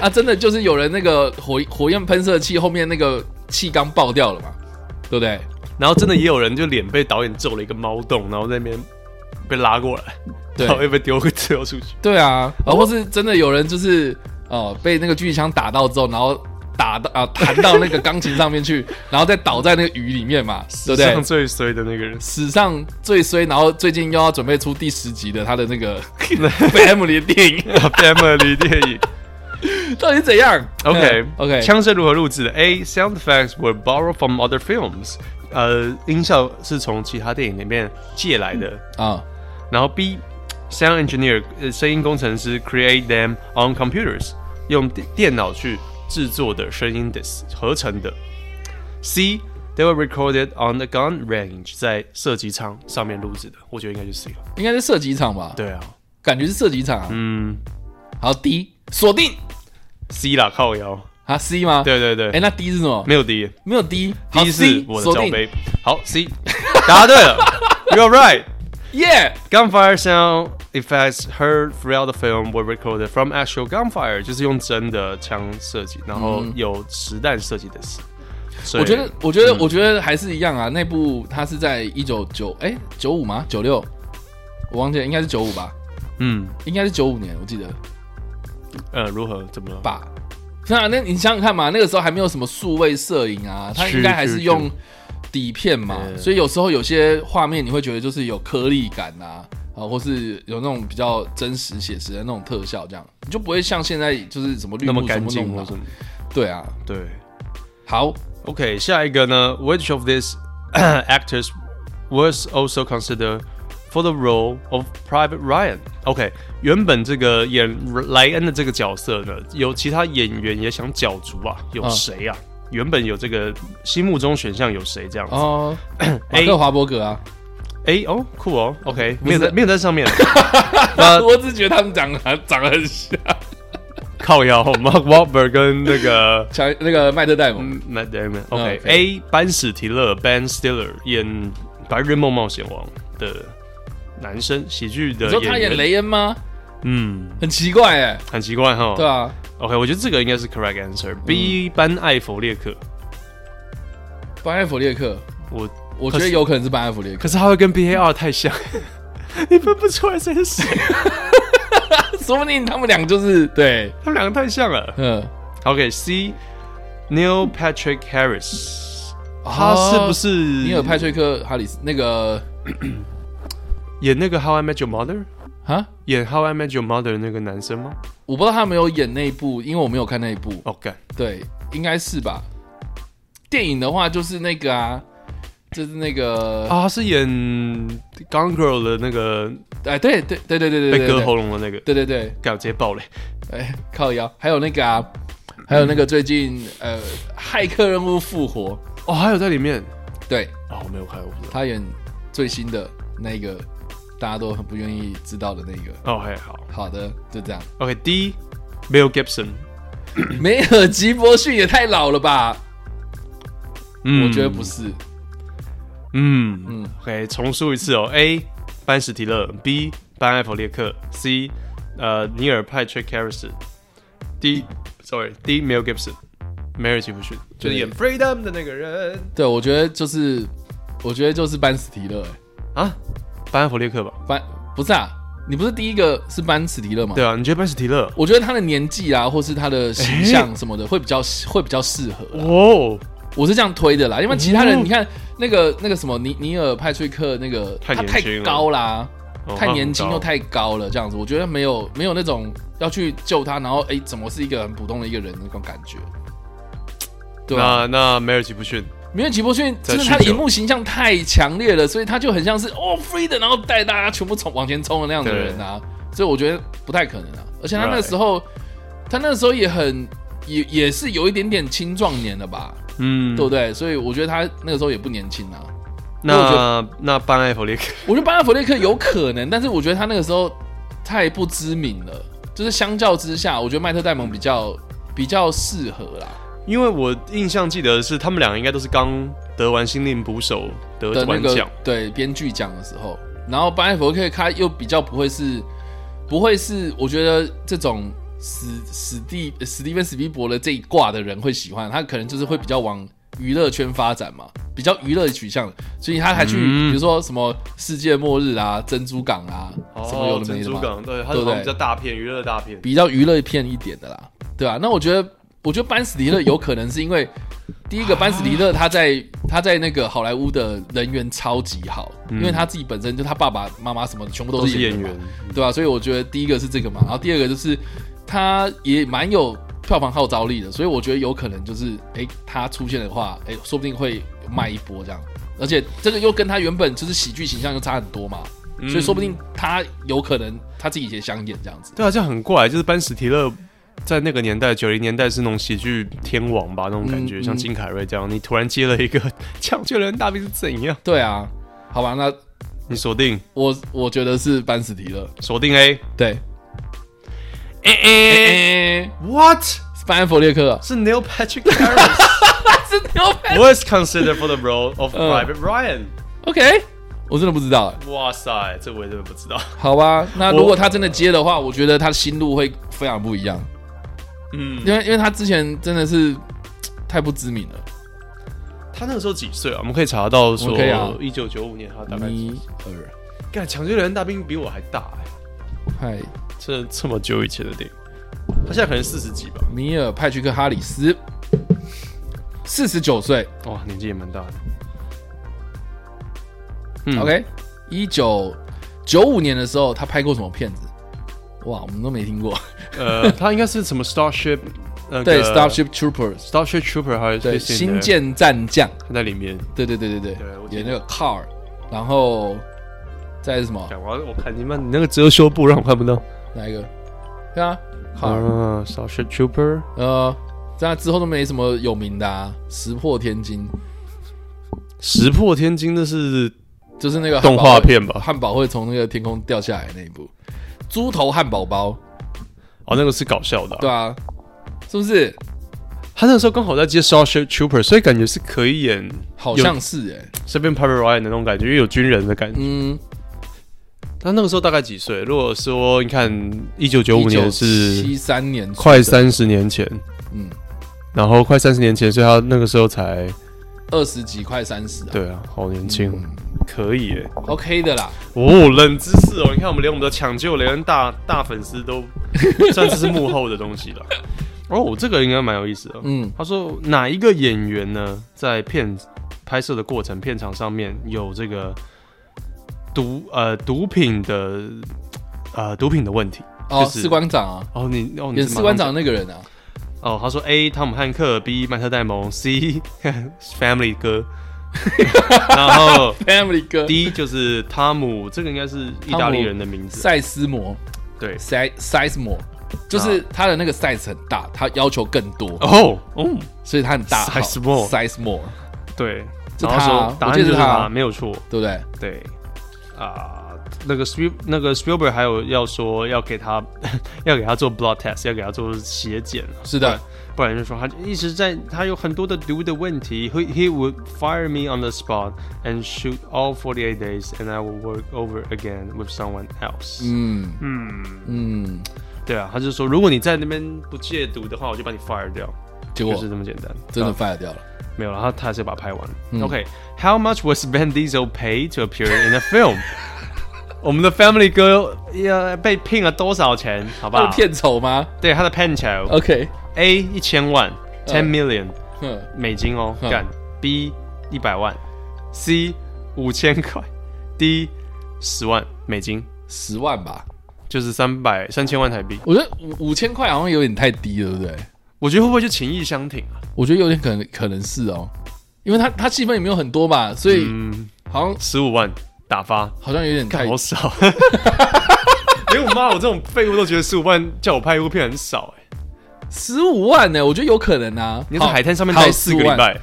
啊，真的就是有人那个火火焰喷射器后面那个气缸爆掉了嘛，对不对？然后真的也有人就脸被导演揍了一个猫洞，然后在那边被拉过来，然后对又被丢个丢出去。对啊，啊，或是真的有人就是哦、被那个狙击枪打到之后，然后打到啊弹到那个钢琴上面 去，然后再倒在那个雨里面嘛，对不史上对？最衰的那个人， 史上最衰，然后最近又要准备出第十集的他的那个 family 的电影， Family 电影。 到底是怎样 OK 嗯 OK，枪声如何录制的？A. Sound effects were borrowed from other films。呃，音效是从其他电影里面借来的。啊。然后 B. Sound engineer 呃声音工程师 create them on computers，用电电脑去制作的声音的合成的。C. They were recorded on the gun range，在射击场上面录制的。我觉得应该就是 C 了。应该是射击场吧？，对啊，感觉是射击场、啊。嗯好，D 锁定，C 啦，靠腰。啊，C 吗？。对对对，哎、那 D 是什么？没有 D。没有 D，第好一是 C，我的锁罩定杯。好，C，答 对了，You're right。耶 Gunfire sound effects heard throughout the film were recorded from actual gunfire，就是用真的枪射击，然后有实弹射击的事。所以我觉得，我觉嗯得，我觉得还是一样啊。那部它是在一九九哎九五吗？九六，我忘记了，应该是九五吧？嗯应该是九五年，我记得呃，如何怎么了？吧。那那你想想看嘛，那个时候还没有什么数位摄影啊，它是应该还是是是用底片嘛，对所以有时候有些画面你会觉得就是有颗粒感啊，啊，或是有那种比较真实写实的那种特效，这样你就不会像现在就是什么绿那幕么干净什么或弄什啊么？对啊，对。好， OK，下一个呢？Which of these actors was also considered for the role of Private Ryan？OK，、原本这个演莱恩的这个角色呢，有其他演员也想角逐啊，有嗯谁啊？原本有这个心目中选项有谁这样子、哦，马 A 克华伯格啊， a 哦，酷哦，OK，是没有在没有在上面，那我只觉得他们长得很长得很像，靠腰，Mark Wahlberg 跟那个像那个麦特戴蒙，嗯 Matt OK Damon，OK，A 班史提勒 Ben Stiller 演《白日梦冒险王》的男生，喜剧的你说他呃演演员雷恩吗？嗯，很奇怪哎、很奇怪哈。对啊，嗯 OK，我觉得这个应该是 correct answer。B 班艾弗列克，班艾弗列克，我我可觉是得有可能是班艾弗列克，可是他会跟 B A R 太像， 你分不出来谁是谁，说不定他们两个就是对，他们两个太像了。嗯。 OK，C Neil Patrick Harris，他是不是尼尔派翠克哈里斯那个演那个 How I Met Your Mother？啊？演 How I Met Your Mother 那个男生吗我不知道他有没有演那一部，因为我没有看那一部。 ？OK，对，应该是吧。电影的话就是那个啊，就是那个啊，他是演《Gone Girl》的那个哎，对对对对对对被对割喉对，咙的那个，对对对，干我直接爆雷。哎，靠腰，还有那个啊，还有那个最近呃，骇客任务复活，哦，还有在里面对哦，我没有看，我不知道。他演最新的那个，大家都很不愿意知道的那个。哦，还好。好的，就这样。 OK，D，Mel Gibson，梅尔吉伯逊也太老了吧？嗯我觉得不，是。嗯嗯嗯。 OK，重述一次哦，A，班史提勒，B，班艾弗列克，C，呃，尼尔派 Trick Harrison，D，sorry，D，Mel Gibson，梅尔吉布逊，就对是演 Freedom 的那个人对，我觉得就是，我觉得就是班史提勒、欸，啊，班艾弗列克吧？班不是啊，你不是第一个是班史提勒吗？对，啊，你觉得班史提勒？我觉得他的年纪啊，或是他的形象什么的，会比较会比较适合。哦，我是这样推的啦，因为其他人嗯你看那个那个什么尼尼尔派翠克那个太他年太轻了高啦，哦太年轻又……他很高太高了，这样子，我觉得没有没有那种要去救他，然后哎、怎么是一个很普通的一个人的那种感觉，对啊吧？那那梅尔吉布逊，因为吉伯逊在真的他的酗酒荧幕形象太强烈了，所以他就很像是哦 free 的，然后带大家全部冲往前冲的那样的人啊，所以我觉得不太可能啊。而且他那 Right 时候，他那时候也很也也是有一点点青壮年了吧，嗯对不对？所以我觉得他那个时候也不年轻啊。我觉那那班艾弗列克，我觉得班纳弗雷克有可能，但是我觉得他那个时候太不知名了，就是相较之下，我觉得麦特戴蒙比较比较适合啦因为我印象记得是他们两个应该都是刚得完新令捕手得的那完个奖，对编剧奖的时候，然后班纳弗雷克他又比较不会是不会是我觉得这种史史蒂史蒂芬史皮伯的这一挂的人会喜欢他，可能就是会比较往。娱乐圈发展嘛，比较娱乐取向的，所以他还去，嗯比如说什么世界末日啊、珍珠港啊，什么有的没哦珍的珠嘛。港，对，他对是不对比较大片娱乐大片，比较娱乐片一点的啦，对啊，那我觉得，我觉得班史迪勒有可能是因为第一个班史迪勒他在他在那个好莱坞的人缘超级好，因为他自己本身就他爸爸妈妈什么的全部都都是是演演员员嘛，，对吧、所以我觉得第一个是这个嘛，然后第二个就是他也蛮有票房号召力的，所以我觉得有可能就是诶，他出现的话，诶，说不定会卖一波这样，而且这个又跟他原本就是喜剧形象又差很多嘛，所以说不定他有可能他自己也想演这样子。对啊，这样很怪，就是班史提勒。在那个年代，九零年代是那种喜剧天王吧，那种感觉，嗯嗯像金凯瑞这样，你突然接了一个抢救人大兵是怎样？对啊，好吧，那 你锁定我我觉得是班史提勒，锁定 A，对，诶诶诶， ，What 斯班弗列克啊是 Neil Patrick Harris 是牛排 was considered for the role of 嗯 Private Ryan？ ，OK，我真的不知道，哇塞，这我也真的不 知道。好吧，那我如果他真的接的话，我觉得他的心路会非常不一样，嗯，因为因为他之前真的是太不知名了，他那个时候几岁啊？我们可以查到我说们可以啊，一九九五年他大概几尼尔，干抢救人大兵比我还大哎、派这这么久以前的电影，他现在可能四十几吧。米尔派屈克哈里斯，四十九岁哇，年纪也蛮大的。嗯，OK，一九九五年的时候他拍过什么片子？哇，我们都没听过， 呃，他应该是什么 Starship？那个对，Starship Troopers， Starship Trooper 还是对， Fifteen 星的舰战将。他在里面。对对对对对对我，记得演那个 Car，然后再是什么？讲完我看你们你那个遮羞布让我看不到。哪一个？对啊，Car，啊，Starship Trooper，呃，在那之后都没什么有名的啊，石破天惊石破天惊，那是就是那个汉动堡画会，片吧？汉堡会从那个天空掉下来那一部，猪头汉堡包，哦，那个是搞笑的啊、对啊，是不是？他那时候刚好在接 Starship Trooper，所以感觉是可以演好像是哎、身边 Private Ryan 的那种感觉，因为有军人的感觉。嗯，他那个时候大概几岁？如果说你看一九九五年是七三年出快的，三十年前，嗯，然后快三十年前，所以他那个时候才二十几快三十啊，对啊，好年轻，嗯可以耶！ ，OK 的啦，哦，冷知识哦，你看我们连我们的抢救雷恩大大粉丝都 算是幕后的东西了。哦，这个应该蛮有意思的。嗯，他说哪一个演员呢，在片拍摄的过程片场上面有这个毒呃毒品的呃毒品的问题？哦，就是士官长啊，哦，你哦，你演是士官马长上那个人啊，讲哦，他说 A 汤姆汉克，B 曼特戴蒙，C Family 哥， 然后 Family 哥， D 就是汤姆，这个应该是意大利人的名字，赛斯摩。对， size size more，就是它的那个 size 很大，它要求更多，啊哦哦，所以它很大号 size more size more，对，是然他后啊说答我案记就得是是他啊他，没有错，对不对？对啊、那个 Spiel 那个 Spielberg 还有要说要给他 要给他做 blood test，要给他做血检，啊是的，不然就说他一直在他有很多的毒的问题。He he would fire me on the spot and shoot all 48 days, and I will work over again with someone else。嗯嗯嗯，对啊，他就说如果你在那边不戒毒的话，我就把你 fire 掉，结就果是这么简单。真的啊 fire 掉了。没有了，他他还是把它拍完了。OK，How、much was Van Diesel paid to appear in a film？我们的 Family 哥要被聘了多少钱？好 不他好？的片酬吗对他的片酬？OK， A 一千万嗯，ten million。哼，美金哦，嗯干 B 一百万，C 五千块，D 十万美金，十万吧。就是三百三千万台币。我觉得五五千块好像有点太低了，对不对？我觉得会不会就情意相挺啊？我觉得有点可能可能是哦，因为他他戏份也没有很多嘛，所以嗯，好像、十五万打发，好像有点太干好少。 连我妈我这种废物都觉得十五万叫我拍一部片很少哎、十五万呢、我觉得有可能啊。你在好海滩上面待四个礼，好15万拜，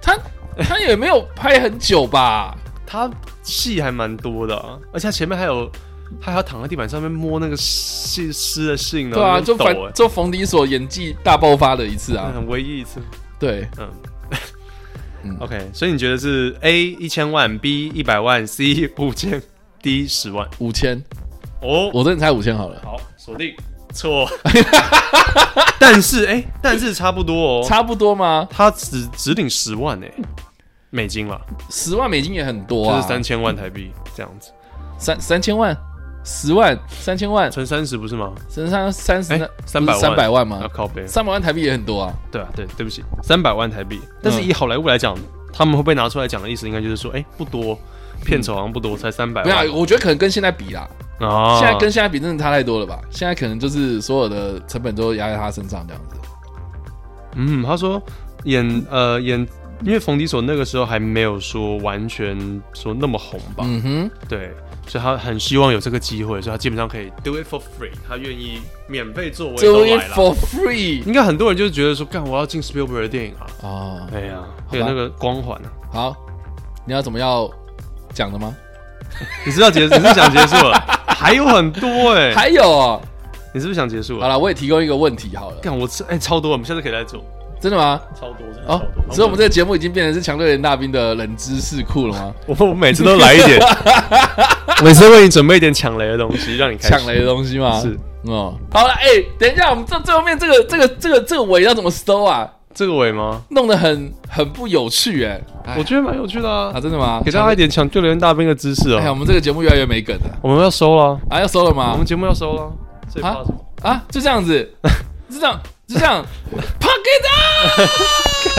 他他也没有拍很久 吧？她戏还蛮多的、啊，而且她前面还有，她还要躺在地板上面摸那个湿湿的信呢，对啊，就就抖反哎、就冯迪所演技大爆发的一次那啊，嗯很唯一一次。对，嗯嗯 OK，所以你觉得是 A 一千万，B 一百万，C 五千，D 十万？五千，哦，我真的猜五千好了，好，锁定错。 但是哎、但是差不多哦，差不多吗？他只只领十万哎、美金啦，十万美金也很多就啊，是三千万台币这样子，三三千万，十万三千万，乘三十不是吗？身上三十哎、那三百不是万，三百万啊吗？靠背，三百万台币也很多啊，对啊，对，对不起，三百万台币。但嗯是以好莱坞来讲，他们会被拿出来讲的意思，应该就是说，哎、不多，片酬好像不多，才三百没万有，。我觉得可能跟现在比啦，啊现在跟现在比真的差太多了吧？现在可能就是所有的成本都压在他身上这样子。嗯，他说演呃演，因为冯迪所那个时候还没有说完全说那么红吧，嗯哼，对，所以他很希望有这个机会，所以他基本上可以 do it for free，他愿意免费做，我也都 do 来 it 了。 for free 应该很多人就是觉得说，干我要进 Spielberg 的电影啊，哦，哎呀，有那个光环啊。好，你要怎么要讲的吗？你知道结，你是不是想结束 了？还有很多哎、还有哦，你是不是想结束好了？了，我也提供一个问题好了，干我吃哎、超多，我们下次可以来做，真的吗？超多，真的超哦多。，所以我们这个节目已经变成是强队人大兵的冷知识库了吗？我我每次都来一 点，每次为你准备一点抢雷的东西，让你开心抢雷的东西吗？是。哦，好了，哎、等一下，我们这最后面这个这个这个这个尾要怎么收啊？这个尾吗？弄得很很不有趣哎、我觉得蛮有趣的啊，啊，真的吗？给大家一点抢救人大兵的知识哎呀，我哦。们这个节目越来越没梗了我们要收了，啊！要收了我吗们？节目要收了，最怕啊什么？啊，就这样 子，就这样，就这样 p o c k it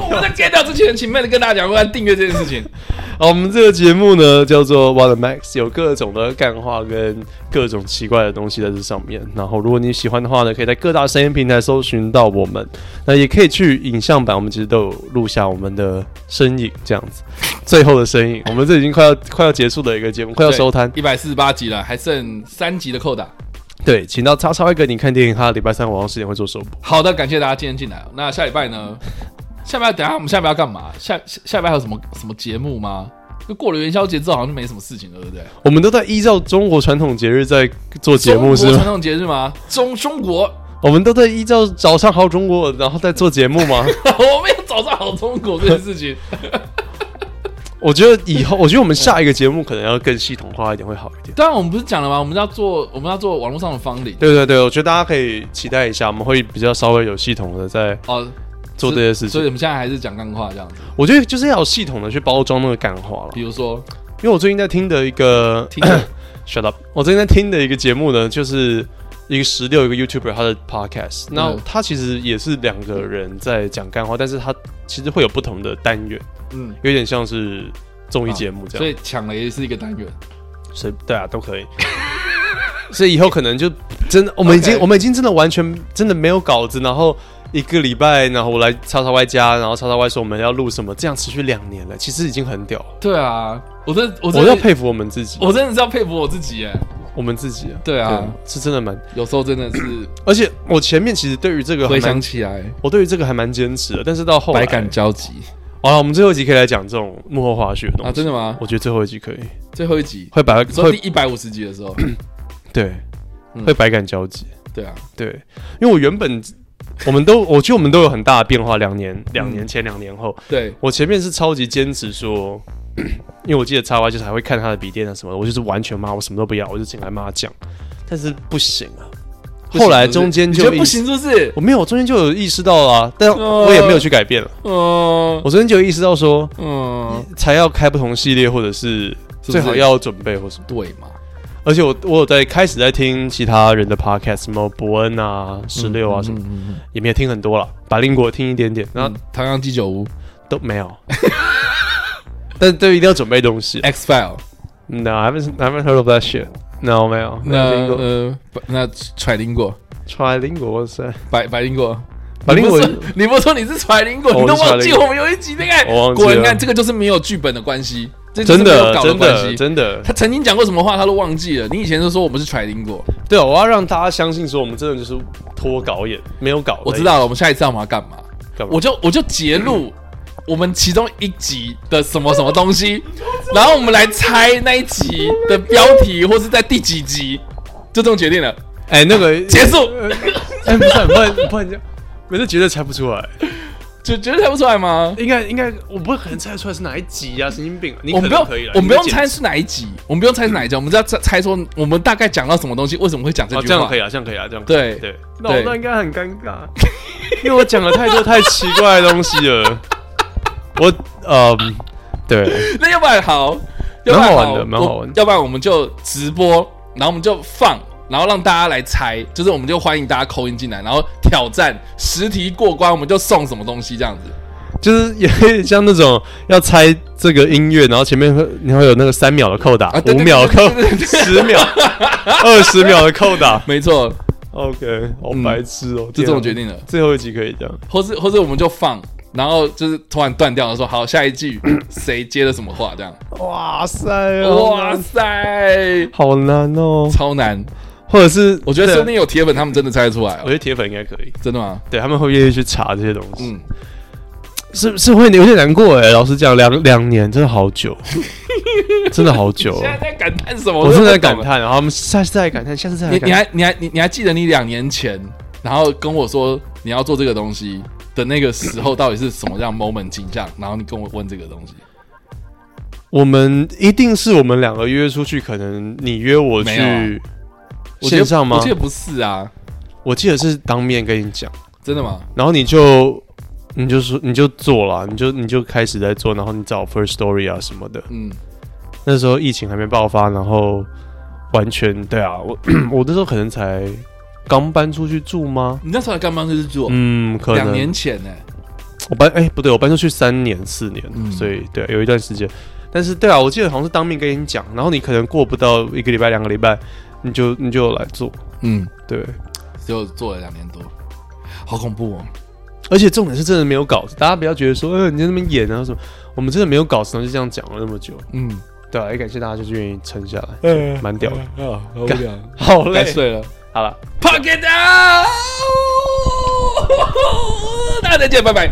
up！我在 get 到之前，请慢的跟大家讲，关于订阅这件事情。好，我们这个节目呢叫做 What Max，有各种的干话跟各种奇怪的东西在这上面。然后，如果你喜欢的话呢，可以在各大声音平台搜寻到我们。那也可以去影像版，我们其实都有录下我们的身影，这样子。最后的身影，我们这已经快要快要结束的一个节目，快要收摊。一百四十八集了，还剩三集的扣打。对，请到叉叉 Y 哥你看电影，他礼拜三晚上十点会做首播。好的，感谢大家今天进来哦。那下礼拜呢？ 下礼拜等一下我们下礼拜要干嘛？下下下礼拜还有什么什么节目吗？就过了元宵节之后，好像就没什么事情了，对不对？我们都在依照中国传统节日在做节目，是中国传吗？统节日吗？中中国， 我们都在依照早上好中国，然后在做节目吗？我没有找到好中国这件事情。我觉得以后，我觉得我们下一个节目可能要更系统化一点，会好一点。当然，我们不是讲了吗？我们要做，我们要做网络上的方领对对对，我觉得大家可以期待一下，我们会比较稍微有系统的在哦，做这些事所以情。我们现在还是讲干话这样子。我觉得就是要有系统的去包装那个感化了比。如 说，因为我最近在听的一个听着 shut up，我最近在听的一个节目呢，就是一个十六一个 YouTuber 他的 podcast，那嗯他其实也是两个人在讲干话，但是他其实会有不同的单元。嗯，有点像是综艺节目这所样，以抢了也是一个单元。所以对啊 都可以。所以以后可能就真的，我们已经 OK 我们已经真的完全真的没有稿子，然后一个礼拜，然后我来叉叉 Y 家，然后叉叉 Y 说我们要录什么，这样持续两年了，其实已经很屌了。对啊，我真我我真要的佩服我们自己，我真的是要佩服我自己哎。我们自己啊，对啊，是真的蛮。有时候真的是而且我前面其实对于这个还回蛮想，起来我对于这个还蛮坚持的，但是到后来百感交集好了，我们最后一集可以来讲这种幕后花絮的东西。啊！真的吗？我觉得最后一集可以最后一集，会百你说会第一百五十集的 时候，对嗯会百感交集。对啊，对，因为我原本我们都，我觉得我们都有很大的变化。两嗯年，两年前，两年后，对，我前面是超级坚持说，因为我记得插 Y 就是还会看他的笔电啊什么的，我就是完全骂，我什么都不要，我就进来骂他讲，但是不行啊。不行后来是不是中间你就觉得意不识，行，是不是？我没有，我中间就有意识到啦、但哦我也没有去改变了。嗯我中间就有意识到说，嗯，才要开不同系列，或者是是不是最好要准备或什么。对嘛？而且我我有在开始在听其他人的 podcast，什么伯恩啊、石榴啊什嗯么，也没有听很多了，百灵果听一点点，然后唐扬鸡酒屋都没有。 但都一定要准备东西。 X File， No, I haven't, I haven't heard of that shit. No，没有。那没有听过呃不那揣林果， trilingual 是吧？百百灵果。百灵果你不是你不是说你是揣灵果，哦你都我是忘记揣林果我们有一集那个，我忘记果了然看这个就是没有剧本的关系，这就是真没有的，搞真关的，系。真的。他曾经讲过什么话，他都忘记了。你以前就说我们是揣灵果，对，我要让大家相信说我们真的就是脱稿演，没有稿。我知。道了。我们下一次要嘛干嘛？干嘛我就我就截录嗯我们其中一集的什么什么东西，然后我们来猜那一集的标题，或是在第几集，就这么决定了。哎，那个结束， 哎，不是，不然不然就，我是绝对猜不出来。就觉得猜不出来吗？应该应该，我不会可能猜得出来是哪一集啊？神经病啊！你我们不用可能可以啦，我们不用你可以猜剪是哪一集，我们不用猜是哪一集，我们只要猜猜说我们大概讲到什么东西，为什么会讲这哦，句这话？样可以啊，这样可以啊，这样可以对对。那我对那应该很尴尬， 因为我讲了太多太奇怪的东西了。 我嗯，对，那要不然好，要不然蛮好玩的蛮好我玩的要不然我们就直播，然后我们就放，然后让大家来猜，就是我们就欢迎大家扣音进来，然后挑战十题过关，我们就送什么东西这样子。就是也可以像那种要猜这个音乐，然后前面会你会有那个三秒的扣打啊，对五对秒扣对对对，对十秒、二十秒的扣打。 没错， OK，好嗯白痴哦，就这种种决。定了。最后一集可以这样，或是或是我们就放，然后就是突然断掉了，说好下一 句谁接了什么话这样。哇塞，哇哇，塞，好难哦，超难！或者是我觉得对啊说不定有铁粉他们真的猜得出来、我哦觉，得铁粉应该可以，真的吗？对他们会愿意去查这些东西。嗯，是是会有点难过哎、老实讲，两两年真的 好久，真的好久现哦、在在感叹什么？我真真的的不在懂感了。叹，然后我们下次再来感叹，下次再来你感你叹。还你还你你还记得你两年前，然后跟我说你要做这个东西的那个时候，到底是什么样 moment 景象？然后你跟我问这个东西，我们一定是我们两个约出去，可能你约我没有去啊我觉得线上吗？我记得不是啊，我记得是当面跟你讲，真的吗？然后你就你就说你就做了，你就你就开始在做，然后你找 First Story 啊什么的。嗯，那时候疫情还没爆发，然后完全对啊，我 我那时候可能才刚搬出去住吗？你那时候还干嘛就是做？嗯，可能两年前呢、我搬哎、不对，我搬出去三年四年，嗯所以对有一段时间。但是对啊，我记得好像是当面跟你讲，然后你可能过不到一个礼拜、两个礼拜，你就你就来做。嗯，对，就做了两年多，好恐怖哦！而且重点是真的没有稿子，大家不要觉得说，呃，你在那边演啊什么，我们真的没有稿子，然后就这样讲了那么久。嗯，对啊，也感谢大家就是愿意撑下来，嗯蛮屌的。啊，好无干聊，好该累，睡了好了。 ，Pocket out，大家再见，拜拜。